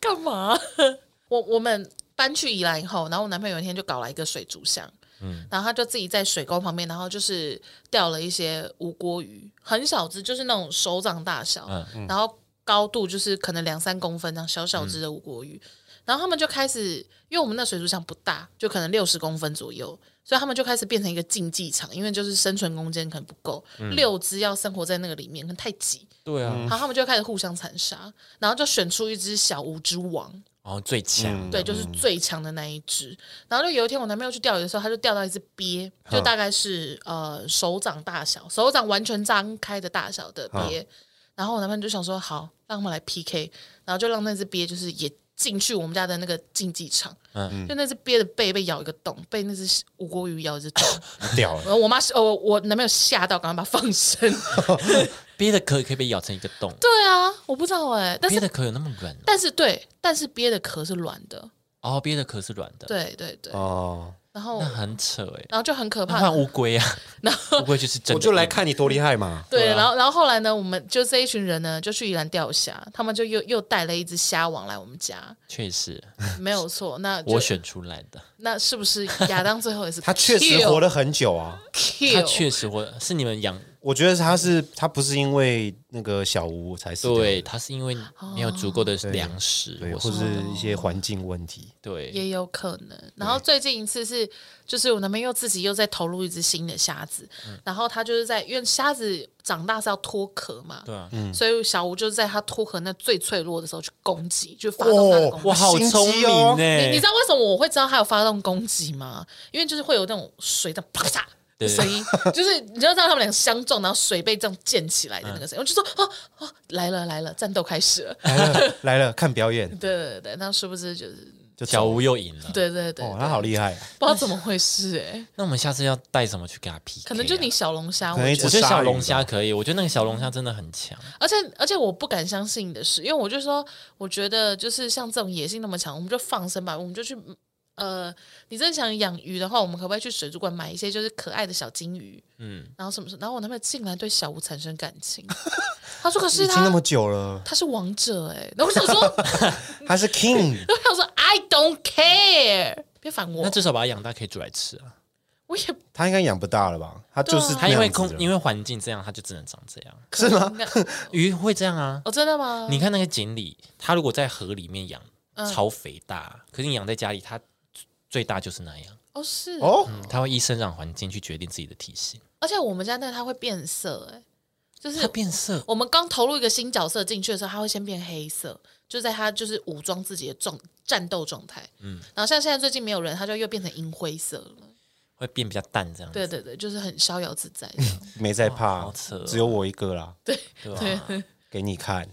Speaker 3: 干嘛？ 我我们搬去宜兰以后，然后我男朋友有一天就搞来一个水族箱，然后他就自己在水沟旁边，然后就是钓了一些无锅鱼，很小只，就是那种手掌大小，然后高度就是可能两三公分这样小小只的无锅鱼。然后他们就开始，因为我们那水族箱不大，就可能六十公分左右，所以他们就开始变成一个竞技场，因为就是生存空间可能不够，六只要生活在那个里面可能太挤，
Speaker 2: 对啊，
Speaker 3: 然后他们就开始互相残杀，然后就选出一只小无之王，
Speaker 2: 然后最强
Speaker 3: 对，就是最强的那一只。然后就有一天我男朋友去钓鱼的时候，他就钓到一只鳖，就大概是呃手掌大小，手掌完全张开的大小的鳖。然后我男朋友就想说，好，让他们来 PK，然后就让那只鳖就是也进去我们家的那个竞技场。
Speaker 2: 嗯
Speaker 3: 就那只鳖的背被咬一个洞，被那只无锅鱼咬一只洞。
Speaker 1: 屌欸了，
Speaker 3: 然后我妈是，哦，我男朋友吓到，赶快把它放生。
Speaker 2: 憋的壳可以被咬成一个洞，
Speaker 3: 对啊，我不知道哎、但
Speaker 2: 憋
Speaker 3: 是
Speaker 2: 的壳有那么软哦
Speaker 3: 但是对，但是鳖的壳是软的，
Speaker 2: 哦？憋的壳是软的，，
Speaker 3: 对对对。
Speaker 1: 哦，
Speaker 3: 然后
Speaker 2: 那很扯哎。
Speaker 3: 然后就很可
Speaker 2: 那
Speaker 3: 怕，
Speaker 2: 换乌龟啊，
Speaker 3: 然后
Speaker 2: 乌龟就是真的，
Speaker 1: 我就来看你多厉害嘛！
Speaker 3: 对，
Speaker 2: 对啊
Speaker 3: 然后然后后来呢，我们就这一群人呢，就去宜兰钓虾，他们就又又带了一只虾网来我们家，
Speaker 2: 确实
Speaker 3: 没 有错。那就
Speaker 2: 我选出来 的，
Speaker 3: 那是不是亚当最后 也是哦
Speaker 1: 他确实活了很久啊，
Speaker 3: Q，
Speaker 2: 它确实我是你们养，
Speaker 1: 我觉得他是他不是因为那个小吴才死掉的
Speaker 2: 对，它是因为没有足够的
Speaker 3: 哦
Speaker 2: 粮食，
Speaker 1: 对，
Speaker 2: 我哦
Speaker 1: 或
Speaker 2: 是
Speaker 1: 是一些环境问题，
Speaker 2: 对，
Speaker 3: 也有可能。然后最近一次是，就是我男朋友自己又在投入一只新的虾子，
Speaker 2: 嗯
Speaker 3: 然后他就是在因为虾子长大是要脱壳嘛，
Speaker 2: 对啊，
Speaker 3: 所以小吴就是在它脱壳那最脆弱的时候去攻击，就发动它的攻击。
Speaker 2: 哇，好聪
Speaker 1: 心
Speaker 2: 明
Speaker 1: 机哦
Speaker 2: 哎，
Speaker 3: 你你知道为什么我会知道它有发动攻击吗？因为就是会有那种水的啪嚓的
Speaker 2: 对
Speaker 3: 声音，就是你就知道他们两个相撞，然后水被这样溅起来的那个声音，我就说哦哦，来了来了，战斗开始了。
Speaker 1: 来了来了，看表演
Speaker 3: 对对对，那是不是就是
Speaker 1: 就
Speaker 2: 小
Speaker 1: 走
Speaker 2: 吴又赢了，
Speaker 3: 对对对，
Speaker 1: 哦，他好厉害啊，
Speaker 3: 不知道怎么回事哎，
Speaker 2: 那我们下次要带什么去给它 PK？
Speaker 3: 可能就
Speaker 2: 啊
Speaker 3: 你小龙虾，我
Speaker 1: 哎可能一
Speaker 3: 觉
Speaker 1: 只
Speaker 2: 我
Speaker 3: 得
Speaker 2: 觉得
Speaker 1: 鲨
Speaker 2: 小
Speaker 1: 鱼
Speaker 2: 龙
Speaker 1: 吧
Speaker 2: 虾可以，我觉得那个小龙虾真的很强。
Speaker 3: 而且而且我不敢相信的是，因为我就说，我觉得就是像这种野性那么强，我们就放生吧，我们就去。呃，你真的想养鱼的话，我们可不可以去水族馆买一些就是可爱的小金鱼？
Speaker 2: 嗯，
Speaker 3: 然后什么时候？然后我男朋友竟然对小吴产生感情，他说：“可是
Speaker 1: 已经那么
Speaker 3: 他
Speaker 1: 久了，
Speaker 3: 他是王者哎、然后我想说， 我
Speaker 1: 他是 king，
Speaker 3: 想说 I don't care，别烦我
Speaker 2: 那，至少把它养大可以煮来吃啊。
Speaker 3: 我也
Speaker 1: 他应该养不大了吧？他就是
Speaker 2: 它因为空因
Speaker 1: 为
Speaker 2: 为环境这样，它就只能长这样。
Speaker 3: 是吗？
Speaker 2: 鱼会这样啊？
Speaker 3: 哦，真的吗？
Speaker 2: 你看那个锦鲤，它如果在河里面养，
Speaker 3: 嗯
Speaker 2: 超肥大，可是你养在家里，它最大就是那样。
Speaker 3: 哦是哦，
Speaker 1: 哦，
Speaker 2: 嗯，它会依生长环境去决定自己的体型。
Speaker 3: 而且我们家那个它会变色、哎，就是
Speaker 2: 它变色，
Speaker 3: 我们刚投入一个新角色进去的时候，它会先变黑色，就在它就是武装自己的状战斗状态。嗯，然后像现在最近没有人，它就又变成银灰色了。
Speaker 2: 会变比较淡这样子。
Speaker 3: 对对对，就是很逍遥自在这样。
Speaker 1: 没在
Speaker 2: 哇
Speaker 1: 怕
Speaker 2: 好扯哦，
Speaker 1: 只有我一个啦，
Speaker 2: 对吧？
Speaker 1: 给你看，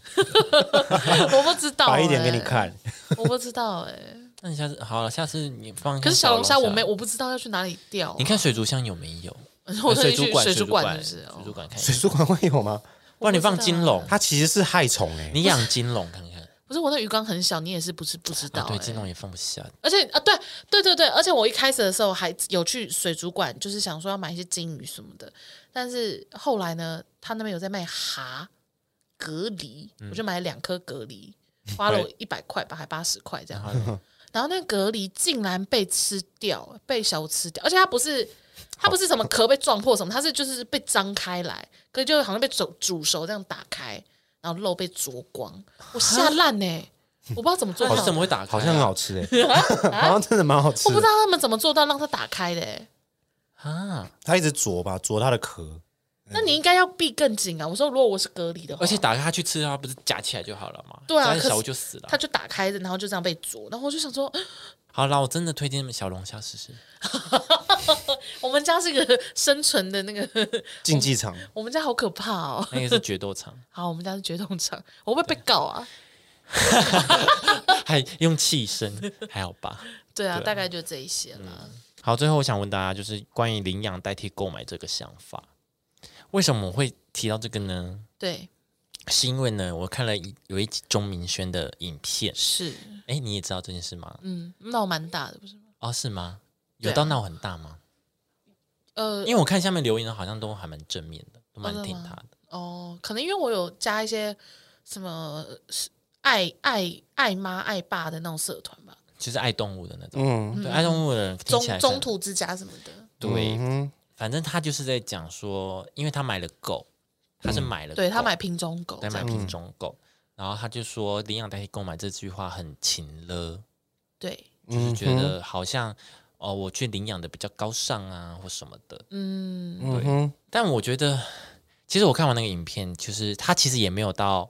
Speaker 3: 我不知道、
Speaker 1: 白一点
Speaker 3: 哎
Speaker 1: 给你，看。
Speaker 2: 欸
Speaker 3: 我不知道哎、
Speaker 2: 那你下次好了，下次你放一个。
Speaker 3: 可是小龙虾我没，我不知道要去哪里钓啊、
Speaker 2: 你看水族箱有没有？
Speaker 3: 我特
Speaker 2: 水
Speaker 3: 意
Speaker 2: 族
Speaker 3: 去
Speaker 2: 馆，
Speaker 3: 水
Speaker 2: 族
Speaker 3: 族
Speaker 2: 馆
Speaker 3: 馆就是哦
Speaker 2: 水族馆看一
Speaker 1: 水
Speaker 2: 下。
Speaker 1: 族馆会有吗？
Speaker 2: 不然你放
Speaker 3: 我不知道啊
Speaker 2: 金龙，
Speaker 1: 它其实是害虫哎、
Speaker 2: 你养金龙看看。
Speaker 3: 不是我那鱼缸很小，你也是不是不知道、
Speaker 2: 啊对，
Speaker 3: 哎
Speaker 2: 金龙也放不下。
Speaker 3: 而且啊，对对对对，而且我一开始的时候还有去水族馆，就是想说要买一些金鱼什么的，但是后来呢，他那边有在卖蛤、蛤蜊，
Speaker 1: 嗯
Speaker 3: 我就买了两颗蛤蜊，花了一百块吧，还八十块这样。 然后那个蛤蜊竟然被吃掉，被小吃掉，而且它不是它不是什么壳被撞破什么，它是就是被张开来，可是就好像被煮煮熟这样打开，然后肉被啄光，我吓烂呢、欸我不知道怎么做
Speaker 2: 那
Speaker 3: 到
Speaker 2: 你
Speaker 3: 的，
Speaker 2: 怎么会打开啊？
Speaker 1: 好像很好吃哎、好像真的蛮好吃
Speaker 3: 我不知
Speaker 1: 的。
Speaker 3: 道他们怎么做到让它打开的、欸。
Speaker 2: 啊！
Speaker 1: 它一直啄吧，啄它的壳。
Speaker 3: 那你应该要闭更紧啊！我说，如果我是隔离的话，
Speaker 2: 嗯而且打开它去吃，它不是夹起来就好了嘛？
Speaker 3: 对
Speaker 2: 夹
Speaker 3: 啊可
Speaker 2: 起
Speaker 3: 是
Speaker 2: 来小就死了
Speaker 3: 它。就打开的，然后就这样被啄，然后我就想说，啊
Speaker 2: 好啦，我真的推荐小龙虾试 试。
Speaker 3: 我们家是个生存的那个，
Speaker 1: 竞技场
Speaker 3: 我们家好可怕哦！
Speaker 2: 那个是决斗场，
Speaker 3: 好，我们家是绝冻场，我会不会被告啊？
Speaker 2: 还用气声， 还好吧？
Speaker 3: 对啊，大概就这一些啦。
Speaker 2: 好，最后我想问大家，就是关于领养代替购买这个想法，为什么我会提到这个呢？
Speaker 3: 对，
Speaker 2: 是因为呢，我看了一有一集钟明轩的影片，
Speaker 3: 是，
Speaker 2: 哎，你也知道这件事吗？
Speaker 3: 嗯，闹蛮大的，不是吗？
Speaker 2: 哦，是吗？
Speaker 3: 对
Speaker 2: 有
Speaker 3: 啊
Speaker 2: 到闹很大吗？
Speaker 3: 呃，
Speaker 2: 因为我看下面留言的好像都还蛮正面的，都蛮
Speaker 3: 真的
Speaker 2: 挺
Speaker 3: 吗
Speaker 2: 他的。
Speaker 3: 哦，可能因为我有加一些什么是爱爱爱妈爱爸的那种社团吧，
Speaker 2: 就是爱动物的那种，
Speaker 1: 嗯，
Speaker 2: 对爱动物的人听
Speaker 3: 中
Speaker 2: 起来是
Speaker 3: 中途之家什么的，
Speaker 2: 对，
Speaker 1: 嗯
Speaker 2: 反正他就是在讲说，因为他买了狗，他是买了狗，
Speaker 3: 对他买品种狗，
Speaker 2: 对
Speaker 3: 这
Speaker 2: 买
Speaker 1: 嗯
Speaker 3: 样
Speaker 2: 品种狗，然后他就说领养代替购买这句话很勤了，
Speaker 3: 对，
Speaker 2: 就是觉
Speaker 1: 嗯哼
Speaker 2: 得好像哦、我去领养的比较高尚啊或什么的，
Speaker 3: 嗯。
Speaker 1: 嗯哼，
Speaker 2: 但我觉得其实我看完那个影片，就是他其实也没有到。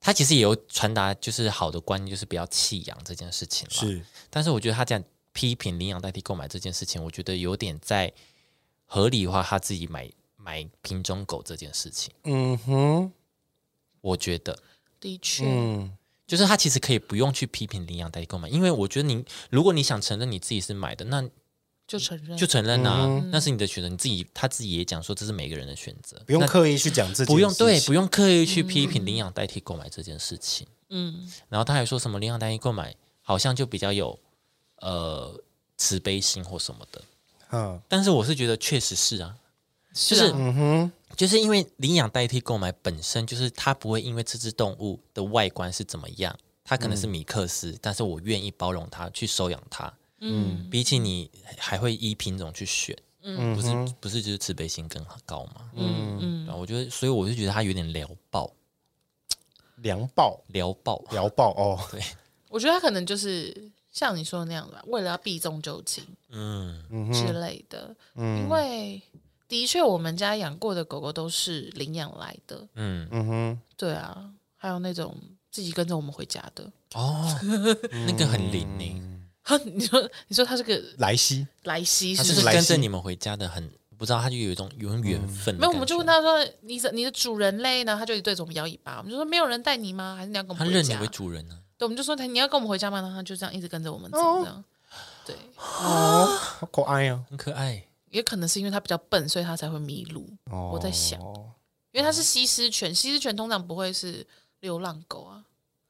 Speaker 2: 他其实也有传达，就是好的观念，就是不要弃养这件事情啦。
Speaker 1: 是
Speaker 2: 但是我觉得他讲批评领养代替购买这件事情，我觉得有点在合理化他自己买买品种狗这件事情。
Speaker 1: 嗯哼，
Speaker 2: 我觉得
Speaker 3: 的确，
Speaker 1: 嗯
Speaker 2: 就是他其实可以不用去批评领养代替购买，因为我觉得你如果你想承认你自己是买的，那
Speaker 3: 就承认，
Speaker 2: 就承认啊，
Speaker 1: 嗯
Speaker 2: 那是你的选择，你自己他自己也讲说这是每个人的选择，
Speaker 1: 不用
Speaker 2: 那
Speaker 1: 刻意去讲自己，
Speaker 2: 不用对不用刻意去批评领养代替购买这件事情。
Speaker 3: 嗯，
Speaker 2: 然后他还说什么领养代替购买好像就比较有呃慈悲心或什么的，
Speaker 1: 嗯
Speaker 2: 但是我是觉得确实是啊，
Speaker 3: 就是啊
Speaker 1: 嗯哼，
Speaker 2: 就是因为领养代替购买本身就是它不会因为这只动物的外观是怎么样，它可
Speaker 1: 嗯
Speaker 2: 能是米克斯，但是我愿意包容它，去收养它。
Speaker 3: 嗯，
Speaker 2: 比起你还会依品种去选，
Speaker 1: 嗯
Speaker 2: 不
Speaker 1: 哼
Speaker 2: 是不是就是慈悲心更高吗？
Speaker 3: 嗯嗯
Speaker 2: 然后我觉得，所以我就觉得它有点聊爆，
Speaker 1: 凉爆
Speaker 2: 聊爆。
Speaker 1: 聊爆哦，
Speaker 3: 我觉得他可能就是像你说的那样吧，为了要避重就轻
Speaker 2: 嗯，
Speaker 1: 嗯
Speaker 3: 之
Speaker 1: 哼，
Speaker 3: 类的，因
Speaker 1: 嗯
Speaker 3: 为的确我们家养过的狗狗都是领养来的，
Speaker 2: 嗯
Speaker 1: 嗯哼，
Speaker 3: 对啊，还有那种自己跟着我们回家的，
Speaker 2: 哦，
Speaker 1: 嗯
Speaker 2: 那个很灵欸呢、
Speaker 3: 你说你说它是个
Speaker 1: 莱西，
Speaker 3: 莱西
Speaker 2: 它
Speaker 3: 是
Speaker 2: 就
Speaker 3: 不
Speaker 2: 是
Speaker 3: 是？
Speaker 1: 来
Speaker 2: 跟着
Speaker 1: 信嗯
Speaker 2: 你们回家的很，不知道它就有一种有种缘分的感觉。
Speaker 3: 没有，我们就问他说：“你的你的主人嘞？”然后他就一直对着我们摇尾巴。我们就说：“没有人带你吗？还是你要跟我
Speaker 2: 它
Speaker 3: 们回
Speaker 2: 认你
Speaker 3: 家？”
Speaker 2: 为主人呢、啊
Speaker 3: 对，我们就说：“你要跟我们回家吗？”然后他就这样一直跟着我们走，
Speaker 1: 哦
Speaker 3: 这样。对，
Speaker 1: 好可爱啊！
Speaker 2: 很可爱。
Speaker 3: 也可能是因为他比较笨，所以他才会迷路。
Speaker 1: 哦
Speaker 3: 我在想，因为它是西施犬，西施犬通常不会是流浪狗啊，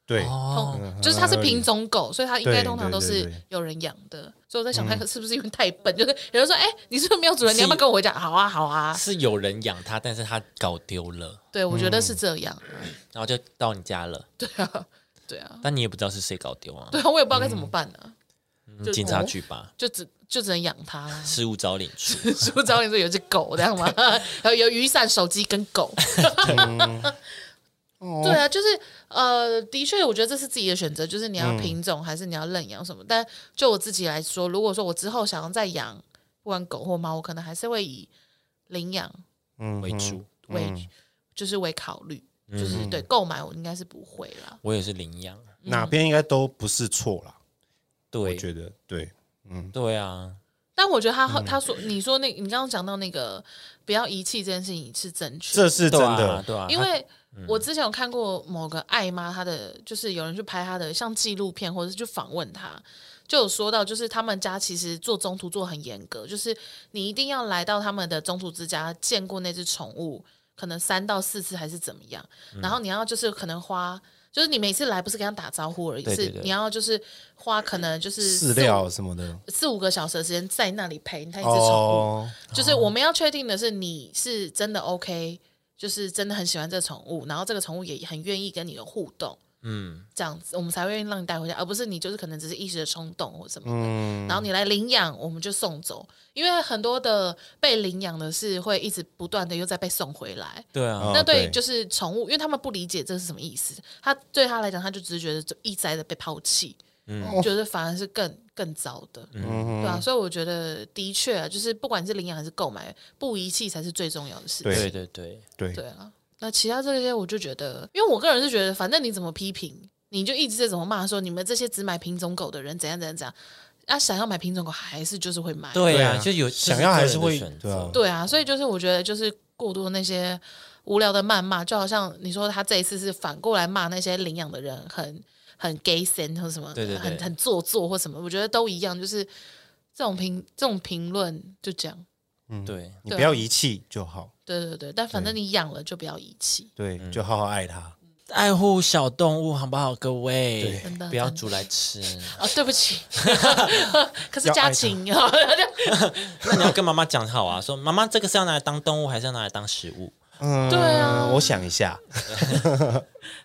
Speaker 1: 对，
Speaker 2: 哦，
Speaker 3: 通就是它是品种狗，所以它应该
Speaker 1: 对
Speaker 3: 通常都
Speaker 1: 对
Speaker 3: 是
Speaker 1: 对对
Speaker 3: 有人养的。所以我在
Speaker 2: 嗯
Speaker 3: 想，它是不是因为太笨？就是有人说，哎，你是不是没有主人？你要不要跟我回家？好啊，好啊。
Speaker 2: 是嗯有人养它，但是它搞丢了，
Speaker 3: 对，我觉得是这样。
Speaker 2: 然后就到你家了，
Speaker 3: 对啊，对啊，
Speaker 2: 但你也不知道是谁搞丢啊，
Speaker 3: 对啊，我也不知道该怎么办呢，
Speaker 2: 嗯警察局吧，
Speaker 3: 就只就只能养它啦。
Speaker 2: 失物招领处。
Speaker 3: 是不是找你说有只狗这样吗？有有雨伞、手机跟狗。 对啊，就是呃，的确，我觉得这是自己的选择，就是你要品种还是你要认养什么。但就我自己来说，如果说我之后想要再养，不管狗或猫，我可能还是会以领养
Speaker 1: 嗯
Speaker 2: 为主。
Speaker 3: 为、
Speaker 1: 嗯
Speaker 3: 就是为考虑，就是对购买我应该是不会啦。
Speaker 2: 我也是领养，
Speaker 1: 哪边应该都不是错啦，我
Speaker 3: 嗯
Speaker 2: 对
Speaker 1: 觉得对，
Speaker 2: 对啊，
Speaker 3: 但我觉得他后他说你说那你刚刚讲到那个不要遗弃这件事情是正确的，
Speaker 1: 这是真
Speaker 2: 对啊，
Speaker 1: 的，
Speaker 2: 对啊，
Speaker 3: 因为我之前有看过某个爱妈，她的就是有人去拍她的像纪录片，或者是去访问她，就有说到，就是他们家其实做中途做很严格，就是你一定要来到他们的中途之家见过那只宠物，可能三到四次还是怎么样，
Speaker 2: 嗯
Speaker 3: 然后你要就是可能花。就是你每次来不是跟他打招呼而已，
Speaker 2: 对对
Speaker 3: 是
Speaker 2: 对
Speaker 3: 你要就是花可能就是
Speaker 1: 饲
Speaker 3: 四
Speaker 1: 料什么的
Speaker 3: 四五个小时的时间在那里陪他一只哎
Speaker 2: 哦
Speaker 3: 宠物，，
Speaker 1: 哦
Speaker 3: 就是我们要确定的是，你是真的 OK，就是真的很喜欢这宠物，然后这个宠物也很愿意跟你有互动，
Speaker 2: 嗯，
Speaker 3: 这样子我们才会愿意让你带回家，而不是你就是可能只是一时的冲动或什么的。
Speaker 1: 嗯，
Speaker 3: 然后你来领养，我们就送走，因为很多的被领养的是会一直不断的又再被送回来。
Speaker 2: 对啊，
Speaker 1: 哦
Speaker 3: 那对
Speaker 1: 对
Speaker 3: 就是宠物，因为他们不理解这是什么意思，他对他来讲，他就只是觉得就一再的被抛弃，
Speaker 1: 嗯
Speaker 3: 觉得反而是更更糟的。
Speaker 1: 嗯
Speaker 3: 对啊，所以我觉得的确、啊，就是不管是领养还是购买，不遗弃才是最重要的事情。
Speaker 2: 对对对，
Speaker 1: 对
Speaker 3: 对啊，那其他这些我就觉得，因为我个人是觉得，反正你怎么批评，你就一直在怎么骂说你们这些只买品种狗的人怎样怎样怎样，啊，想要买品种狗还是就是会买。
Speaker 2: 对
Speaker 1: 对
Speaker 2: 啊，
Speaker 1: 啊
Speaker 2: 就有
Speaker 1: 想要还是会
Speaker 2: 这个人的选
Speaker 1: 对啊
Speaker 2: 择，
Speaker 3: 对啊，所以就是我觉得就是过多那些无聊的谩骂，就好像你说他这一次是反过来骂那些领养的人很很 gay 森或什么，
Speaker 2: 对对对
Speaker 3: 很很做作或什么，我觉得都一样，就是这种评这种评论就这样。
Speaker 2: 对
Speaker 1: 你
Speaker 3: 对
Speaker 1: 不要遗弃就好，
Speaker 3: 对对对，但反正你养了就不要遗弃，
Speaker 1: 对，就好好爱它。
Speaker 2: 爱护小动物好不好，各位
Speaker 3: 真的？
Speaker 2: 不要煮来吃。
Speaker 3: 哦，对不起，可是
Speaker 1: 要
Speaker 3: 家
Speaker 1: 爱
Speaker 3: 禽啊， 就
Speaker 2: 那你要跟妈妈讲好啊，说妈妈这个是要拿来当动物，还是要拿来当食物？
Speaker 1: 嗯，
Speaker 3: 对啊
Speaker 1: 我想一下，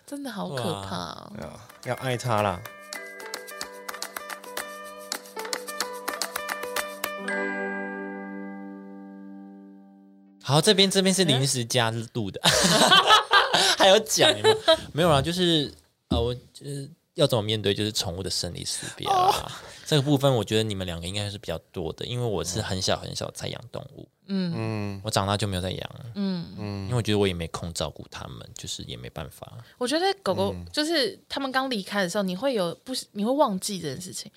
Speaker 3: 真的好可怕、哦。
Speaker 1: 要爱它啦。
Speaker 2: 好，这边这边是临时加入的， 还有讲有没有没有啊？就是呃，我就是要怎么面对就是宠物的生离死别啦、这个部分我觉得你们两个应该是比较多的，因为我是很小很小才养动物，
Speaker 3: 嗯
Speaker 1: 嗯，
Speaker 2: 我长大就没有再养，
Speaker 3: 嗯，
Speaker 2: 因为我觉得我也没空照顾它们，就是也没办法。
Speaker 3: 我觉得狗
Speaker 1: 嗯
Speaker 3: 狗就是他们刚离开的时候，你会有不，你会忘记这件事情，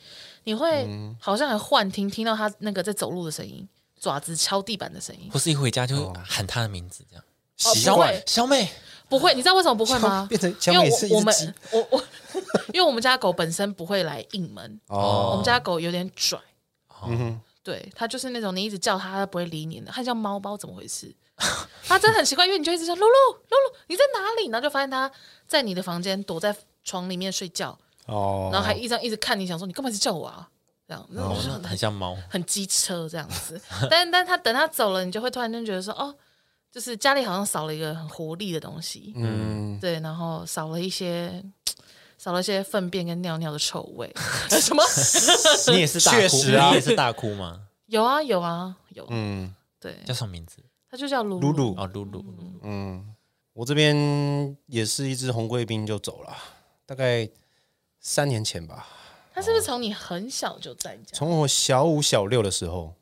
Speaker 3: 你会
Speaker 1: 嗯
Speaker 3: 好像还幻听听到它那个在走路的声音，爪子敲地板的 声音。
Speaker 2: 或是一回家就会喊它的名字，这样。
Speaker 1: 习
Speaker 3: 不
Speaker 1: 惯
Speaker 3: 会
Speaker 2: 小美，
Speaker 3: 不会，你知道为什么哦不会吗？
Speaker 1: 变成
Speaker 3: 因
Speaker 1: 小
Speaker 3: 为
Speaker 1: 美是一
Speaker 3: 我我
Speaker 1: 只
Speaker 3: 们
Speaker 1: 鸡
Speaker 3: 我我，因为我们家狗本身不会来应门，
Speaker 1: 哦，
Speaker 3: 我们家狗有点拽，
Speaker 1: 嗯哼，
Speaker 3: 对，它就是那种你一直叫它，它不会理你的。它叫猫包，怎么回事？它真的很奇怪，因为你就一直叫露露露露，你在哪里？然后就发现它在你的房间躲在床里面睡觉，
Speaker 1: 哦，
Speaker 3: 然后还一张一直看你，想说你干嘛一直叫我啊？这样，那
Speaker 2: 哦
Speaker 3: 我就很
Speaker 2: 很像猫。
Speaker 3: 很机车这样 子。但但它等它走了，你就会突然间觉得说，哦，就是家里好像少了一个很活力的东西，
Speaker 1: 嗯，
Speaker 3: 对，然后少了一些。少了一些粪便跟尿尿的臭味， 什么？
Speaker 2: 你也是大
Speaker 1: 确
Speaker 2: 哭，
Speaker 1: 实啊
Speaker 2: 你也是大哭吗？
Speaker 3: 有啊有啊有，
Speaker 1: 嗯
Speaker 3: 对，
Speaker 2: 叫什么名字？
Speaker 3: 它就叫露
Speaker 1: 露露
Speaker 2: 哦，露露，露露
Speaker 1: 嗯，我这边也是一只红贵宾就走了，大概三年前吧，
Speaker 3: 他是不是从你很小就在家？
Speaker 1: 哦从我小五小六的时候，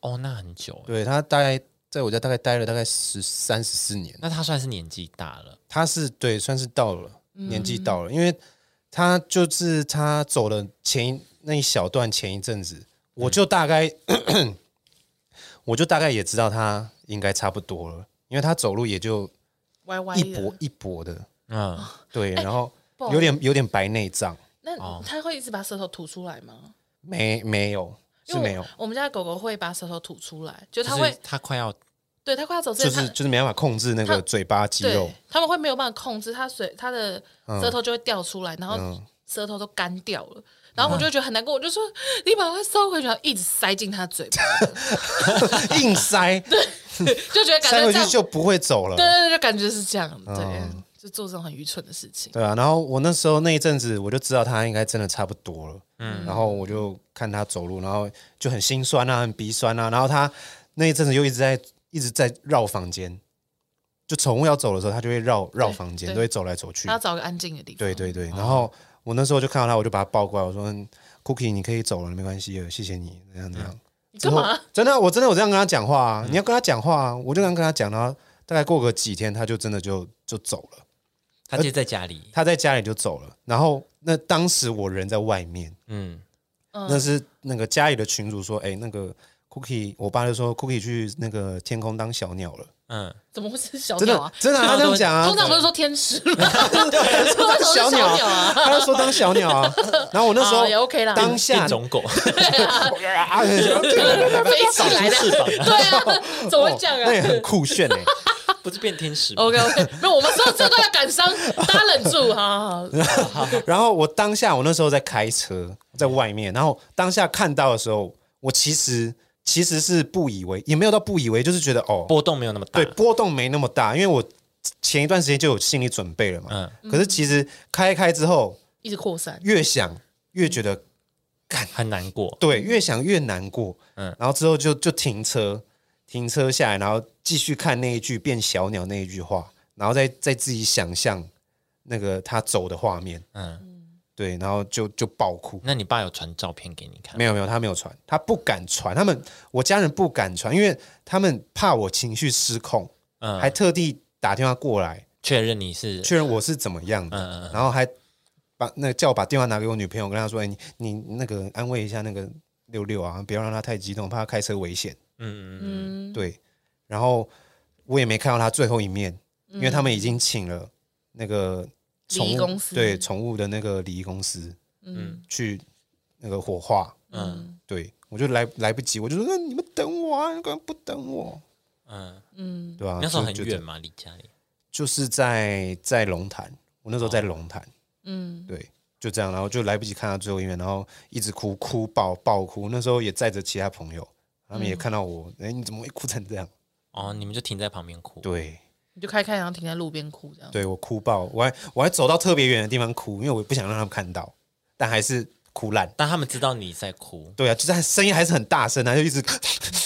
Speaker 2: 哦，那很久欸。
Speaker 1: 对它大概在我家大概待了大概十三十四年，
Speaker 2: 那它算是年纪大了，
Speaker 1: 它是对算是到了年纪到了，因为它就是它走了前一那一小段前一阵子，我就大概、我就大概也知道它应该差不多了，因为它走路也就
Speaker 3: 歪歪
Speaker 1: 一
Speaker 3: 的
Speaker 1: 跛。一跛的，
Speaker 2: 嗯，
Speaker 1: 对，然后
Speaker 3: 不好意思
Speaker 1: 有点有点白内障，哦
Speaker 3: 那他会一直把舌头吐出来吗？
Speaker 1: 没没有是
Speaker 3: 因为
Speaker 1: 没有
Speaker 3: 我，我们家的狗狗会把舌头吐出来，就
Speaker 2: 就
Speaker 3: 它会，
Speaker 2: 是它快要
Speaker 3: 对它快要走之
Speaker 1: 就
Speaker 3: 前，它
Speaker 1: 是就是没办法控制那
Speaker 3: 它
Speaker 1: 个嘴巴肌肉 嗯
Speaker 3: 对，他们会没有办法控制，它水它的舌头就会掉出来，然后舌头都干掉了。然
Speaker 1: 嗯
Speaker 3: 后我就觉得很难过，我就说你把它收回去，然后一直塞进它嘴巴，
Speaker 1: 硬塞
Speaker 3: 就觉得感
Speaker 1: 塞
Speaker 3: 觉
Speaker 1: 回
Speaker 3: 这
Speaker 1: 去
Speaker 3: 样，
Speaker 1: 就不会走了嗯
Speaker 3: 对。对对，就感觉是这样，对，就做这种很愚蠢的事情。
Speaker 1: 对啊，然后我那时候那一阵子我就知道他应该真的差不多了，嗯，然后我就看他走路，然后就很心酸啊，很鼻酸啊，然后他那一阵子又一直在一直在绕房间，就宠物要走的时候，它就会绕绕房间，
Speaker 3: 对
Speaker 1: 都会走来走去
Speaker 3: 他。要找个安静的地方。
Speaker 1: 对对对，然后我那时候就看到它，我就把它抱过来，我说嗯：“Cookie，你可以走了，没关系了，谢谢你。”怎样啊怎样。
Speaker 3: 你
Speaker 1: 之
Speaker 3: 干
Speaker 1: 后
Speaker 3: 嘛？嗯
Speaker 1: 真的，我真的我这样跟他讲话啊，你要跟他讲话啊，我就这样跟他讲，然后大概过个几天，他就真的就就走了，
Speaker 2: 他就在家里，
Speaker 1: 他在家里就走了。然后那当时我人在外面，
Speaker 2: 嗯，
Speaker 1: 那是那个家里的群主说，哎、那个 Cookie，我爸就说 Cookie 去那个天空当小鸟了，
Speaker 2: 嗯，
Speaker 3: 怎么会是小
Speaker 1: 真
Speaker 3: 鸟
Speaker 1: 的
Speaker 3: 啊？
Speaker 1: 真的、啊，他这样讲 啊
Speaker 3: 通，常不是说天使 吗？
Speaker 1: 他说当 小鸟
Speaker 3: 小鸟
Speaker 1: 啊，
Speaker 3: 啊
Speaker 1: 他就说当小鸟 啊，然后我那时
Speaker 3: 啊也
Speaker 1: 候
Speaker 3: OK 啦，
Speaker 1: 当下
Speaker 2: 变种狗，
Speaker 1: 啊，
Speaker 3: 飞起来的，
Speaker 2: 翅膀啊
Speaker 3: 对啊， 怎么会这样
Speaker 1: 哦那也
Speaker 3: 啊
Speaker 1: 很酷炫哎、
Speaker 2: 不是变天使吗？
Speaker 3: ？OK OK，没 有，我们说这个要感伤，大家忍住，好好好
Speaker 1: 然后我当下，我那时候在开车，在外面，然后当下看到的时候，我其实其实是不以为，也没有到不以为，就是觉得哦，
Speaker 2: 波动没有那么大
Speaker 1: 对，，波动没那么大，因为我前一段时间就有心理准备了嘛。
Speaker 2: 嗯，
Speaker 1: 可是其实开一开之后，
Speaker 3: 一直扩散，
Speaker 1: 越想越觉得
Speaker 2: 很难过，
Speaker 1: 对，越想越难过。
Speaker 2: 嗯
Speaker 1: 嗯，然后之后就就停车，停车下来，然后继续看那一句变小鸟那一句话，然后再再自己想象那个他走的画面。
Speaker 2: 嗯，
Speaker 1: 对，然后就就爆哭。
Speaker 2: 那你爸有传照片给你看吗？
Speaker 1: 没有没有，他没有传，他不敢传，他们我家人不敢传，因为他们怕我情绪失控，
Speaker 2: 嗯，
Speaker 1: 还特地打电话过来
Speaker 2: 确认你是，
Speaker 1: 确认我是怎么样的，
Speaker 2: 嗯嗯嗯，
Speaker 1: 然后还把那叫我把电话拿给我女朋友，跟她说：“哎，你你那个安慰一下那个六六啊，不要让他太激动，怕他开车危险。
Speaker 2: 嗯嗯
Speaker 3: 嗯，
Speaker 1: 对，然后我也没看到他最后一面，
Speaker 3: 嗯
Speaker 1: 因为他们已经请了那个宠
Speaker 3: 礼仪
Speaker 1: 物
Speaker 2: 嗯
Speaker 3: 公司
Speaker 1: 对宠物的那个礼仪公司
Speaker 3: 嗯
Speaker 1: 去那个火化。
Speaker 2: 嗯
Speaker 3: 嗯
Speaker 1: 对我就来来不及，我就说那你们等我啊，你干嘛不等我？
Speaker 2: 嗯，
Speaker 3: 嗯，
Speaker 1: 对吧、啊？
Speaker 2: 那时候很
Speaker 1: 就
Speaker 2: 远，嘛，离家里，
Speaker 1: 就就是在在龙潭，我那时候在龙潭，
Speaker 3: 嗯，
Speaker 1: 对，就这样，然后就来不及看他最后一面，然后一直哭哭爆爆哭，那时候也载着其他朋友，他
Speaker 3: 嗯
Speaker 1: 们也看到我，哎、你怎么会哭成这样？
Speaker 2: 哦，你们就停在旁边哭，
Speaker 1: 对，
Speaker 3: 你就开开，然后停在路边哭这样，
Speaker 1: 对我哭爆，我还我还走到特别远的地方哭，因为我不想让他们看到，但还是哭烂。
Speaker 2: 但他们知道你在哭，
Speaker 1: 对啊，就在声音还是很大声啊，就一直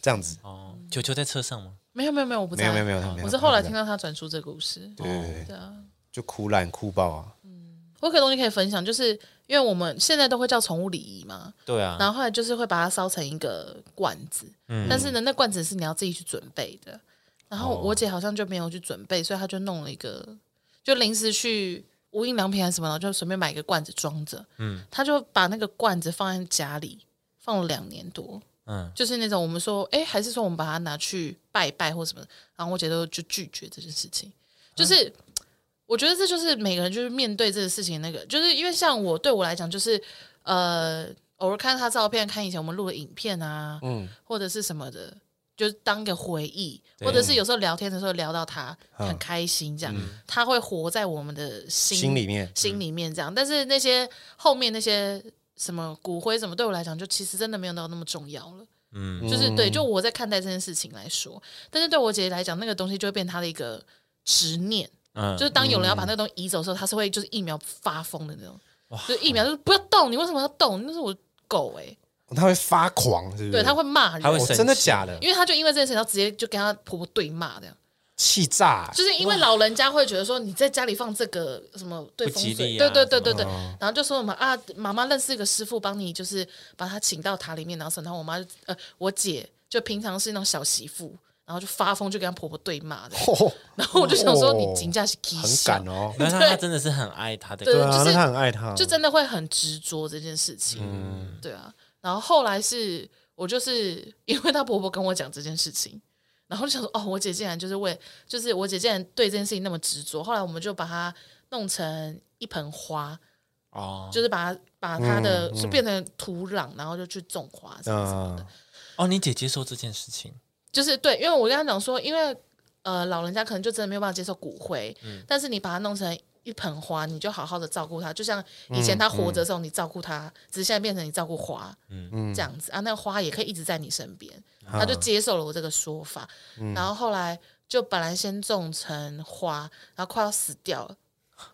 Speaker 1: 这样子。
Speaker 2: 哦，球球在车上吗？
Speaker 3: 没有没有没有，我不在
Speaker 1: 没有没有没有，他们没有
Speaker 3: 我是后来听
Speaker 1: 他们
Speaker 3: 到他转述这个故事，
Speaker 1: 没有对对对，
Speaker 3: 对啊。
Speaker 1: 就哭烂哭爆啊。
Speaker 3: 我有个东西可以分享，就是因为我们现在都会叫宠物礼仪嘛，
Speaker 2: 对啊，
Speaker 3: 然后后来就是会把它烧成一个罐子，但是呢，那罐子是你要自己去准备的。然后我姐好像就没有去准备，所以她就弄了一个，就临时去无印良品还是什么，然后就随便买一个罐子装着。嗯，她就把那个罐子放在家里，放了两年多。
Speaker 2: 嗯，
Speaker 3: 就是那种我们说，哎、还是说我们把它拿去拜拜或什么的，然后我姐都就拒绝这件事情。就是、我觉得这就是每个人就是面对这个事情那个，就是因为像我对我来讲，就是呃，偶尔看他照片，看以前我们录的影片啊，嗯，或者是什么的，就是当个回忆，或者是有时候聊天的时候聊到他很开心，这样、他会活在我们的嗯心
Speaker 1: 心里面
Speaker 3: 心里面这样。但是那些后面那些什么骨灰什么，对我来讲，就其实真的没有到那么重要了。
Speaker 2: 嗯
Speaker 3: 就是对，就我在看待这件事情来说，但是对我姐姐来讲，那个东西就会变她的一个执念，
Speaker 2: 嗯，
Speaker 3: 就是当有人要把那个东西移走的时候，她是会就是一秒发疯的那种，就一秒就是不要动，你为什么要动？那是我狗哎、
Speaker 1: 他会发狂，是不是？
Speaker 3: 对，她会骂
Speaker 2: 她会
Speaker 3: 人，
Speaker 1: 哦
Speaker 2: 生气
Speaker 1: 真的假的？
Speaker 3: 因为她就因为这件事情，然后直接就跟她婆婆对骂这样。
Speaker 1: 气炸、
Speaker 3: 就是因为老人家会觉得说你在家里放这个什么对风
Speaker 2: 不吉
Speaker 3: 水，
Speaker 2: 利啊
Speaker 3: 对对对对对，然后就说我们啊，妈妈认识一个师傅，帮你就是把他请到塔里面，然后什么然后我妈就呃我姐就平常是那种小媳妇，然后就发疯就跟她婆婆对骂的，
Speaker 1: 哦，
Speaker 3: 然后我就想说
Speaker 1: 哦
Speaker 3: 你评价是很
Speaker 1: 很敢哦。
Speaker 2: 那他他真的是很爱他的，
Speaker 3: 对
Speaker 1: 对啊，
Speaker 3: 就是
Speaker 1: 那他很爱他，
Speaker 3: 就真的会很执着这件事情，对啊。然后后来是我就是 因为她婆婆跟我讲这件事情，然后就想说，哦，我姐竟然就是为，就是我姐竟然对这件事情那么执着。后来我们就把它弄成一盆花，
Speaker 2: 哦
Speaker 3: 就是把它把它的、就变成土壤，然后就去种花什么什么的。
Speaker 1: 嗯
Speaker 2: 哦，你姐接受这件事情，
Speaker 3: 就是对，因为我跟他讲说，因为呃老人家可能就真的没有办法接受骨灰，但是你把它弄成一盆花，你就好好的照顾它，就像以前他活着的时候你照顾他，只是现在变成你照顾花，嗯，啊这样子啊，那个花也可以一直在你身边，他就接受了我这个说法，然后后来就本来先种成花，然后快要死掉了。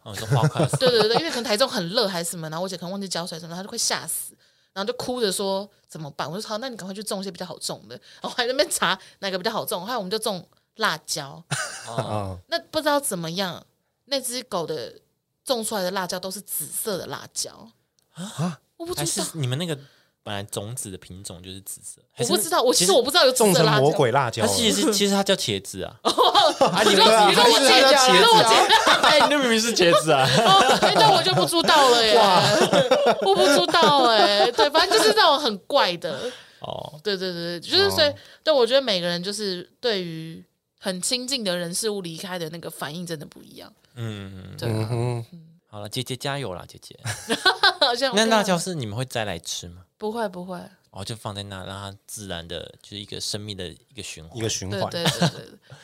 Speaker 2: 哦，说花快死，
Speaker 3: 对对对，因为可能台中很热还是什么，然后我姐可能忘记浇水什么，她就快吓死，然后就哭着说怎么办？我就说好，那你赶快去种一些比较好种的。然后还在那边查哪个比较好种，后来我们就种辣椒，
Speaker 2: 哦，
Speaker 1: 啊，
Speaker 3: 那不知道怎么样，那只狗的种出来的辣椒都是紫色的辣椒啊，我不
Speaker 2: 还
Speaker 3: 知
Speaker 2: 是
Speaker 3: 道，
Speaker 2: 你们那个本来种子的品种就是紫色？还
Speaker 3: 我
Speaker 2: 是
Speaker 3: 不知道，我其
Speaker 2: 其
Speaker 3: 实我不知道有紫
Speaker 1: 种
Speaker 3: 色
Speaker 1: 成
Speaker 3: 辣椒
Speaker 1: 魔。鬼辣椒
Speaker 2: 它
Speaker 1: 了，
Speaker 2: 其实 是其实它叫茄子啊，
Speaker 1: 啊，你
Speaker 3: 你说你说我
Speaker 1: 还是它
Speaker 3: 姐，
Speaker 1: 叫
Speaker 3: 你说
Speaker 1: 茄
Speaker 3: 我
Speaker 1: 子啊
Speaker 3: 姐，
Speaker 2: 哎，那明明是茄子 啊，
Speaker 3: 哦，哎那我就不知道了耶，我不知道哎，对，反正就是那种很怪的，
Speaker 2: 哦，
Speaker 3: 对对对，对就是所以，对我觉得每个人就是对于很亲近的人事物离开的那个反应真的不一样，
Speaker 2: 嗯，
Speaker 3: 对啊，
Speaker 1: 嗯，
Speaker 2: 好了，姐姐加油啦，姐姐。
Speaker 3: 好像
Speaker 2: 那辣椒是你们会摘来吃吗？
Speaker 3: 不会不会，
Speaker 2: 哦，就放在那，让它自然的，就是一个生命的一个循环。
Speaker 1: 一个循
Speaker 3: 对
Speaker 1: 环，
Speaker 3: 对对对，对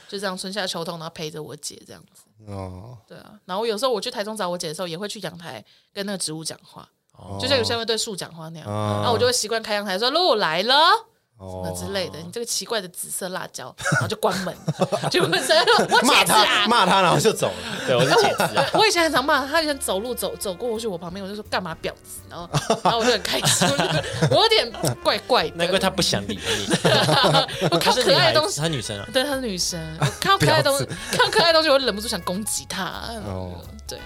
Speaker 3: 就这样春夏秋冬，然后陪着我姐这样子，
Speaker 1: 哦，
Speaker 3: 对啊，然后有时候我去台中找我姐的时候，也会去阳台跟那个植物讲话，
Speaker 2: 哦嗯
Speaker 3: 就像有些人会对树讲话那样，
Speaker 1: 哦
Speaker 3: 然后我就会习惯开阳台说露来了。那
Speaker 1: 哦
Speaker 3: 之类的，你这个奇怪的紫色辣椒，然后就关门， 就关门。我
Speaker 1: 骂
Speaker 3: 姐是啊
Speaker 1: 他，骂他，然后就走了，
Speaker 2: 对，我是茄 子啊。
Speaker 3: 我以前很常骂他，以前走路走走过去我旁边，我就说干嘛婊子，然后然后我就很开心，我有点怪怪的。
Speaker 2: 难怪他不想理 你。
Speaker 3: 我
Speaker 2: 她
Speaker 3: 看
Speaker 2: 是
Speaker 3: 可
Speaker 2: 女
Speaker 3: 爱
Speaker 2: 孩
Speaker 3: 的东
Speaker 2: 子，
Speaker 3: 西，
Speaker 2: 她女生啊。
Speaker 3: 对，她是女生，我看到可爱的东西，看到可爱的东西，我就忍不住想攻击她。
Speaker 1: 哦
Speaker 3: 对啊，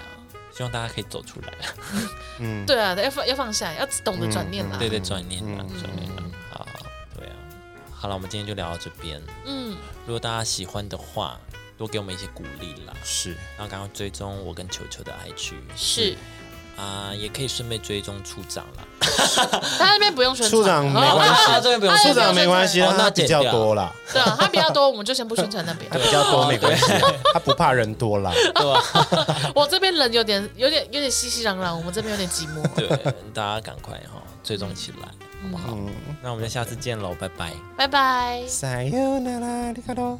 Speaker 2: 希望大家可以走出来。啊
Speaker 1: 嗯，
Speaker 3: 对啊，要放要放下，要懂得转念啦。
Speaker 2: 对对，转念啊，
Speaker 1: 嗯
Speaker 2: 转念啊。好，对啊。好了，我们今天就聊到这边。
Speaker 3: 嗯，
Speaker 2: 如果大家喜欢的话，多给我们一些鼓励啦。
Speaker 1: 是，
Speaker 2: 然后刚刚追踪我跟球球的 IG
Speaker 3: 是，
Speaker 2: 啊、也可以顺便追踪处长 啦。
Speaker 3: 他那边不用宣传，
Speaker 1: 处长没
Speaker 3: 哦
Speaker 1: 关系
Speaker 2: 啊这边不用
Speaker 3: 哎
Speaker 2: 处
Speaker 1: 处
Speaker 2: 长
Speaker 1: 长没关系，
Speaker 2: 哦那
Speaker 1: 他比
Speaker 2: 剪
Speaker 1: 较
Speaker 2: 掉
Speaker 1: 多啦，
Speaker 3: 对啊，他比较多，我们就先不宣传那 边
Speaker 1: 他。比较多没关系，他不怕人多啦，
Speaker 2: 对吧？
Speaker 3: 我这边人有点有点有点熙熙攘攘，我们这边有点寂寞。
Speaker 2: 对，大家赶快哈、追踪起来，好不好？那我们就下次见喽，拜拜。
Speaker 3: 拜拜。
Speaker 1: 塞哟那拉里卡多。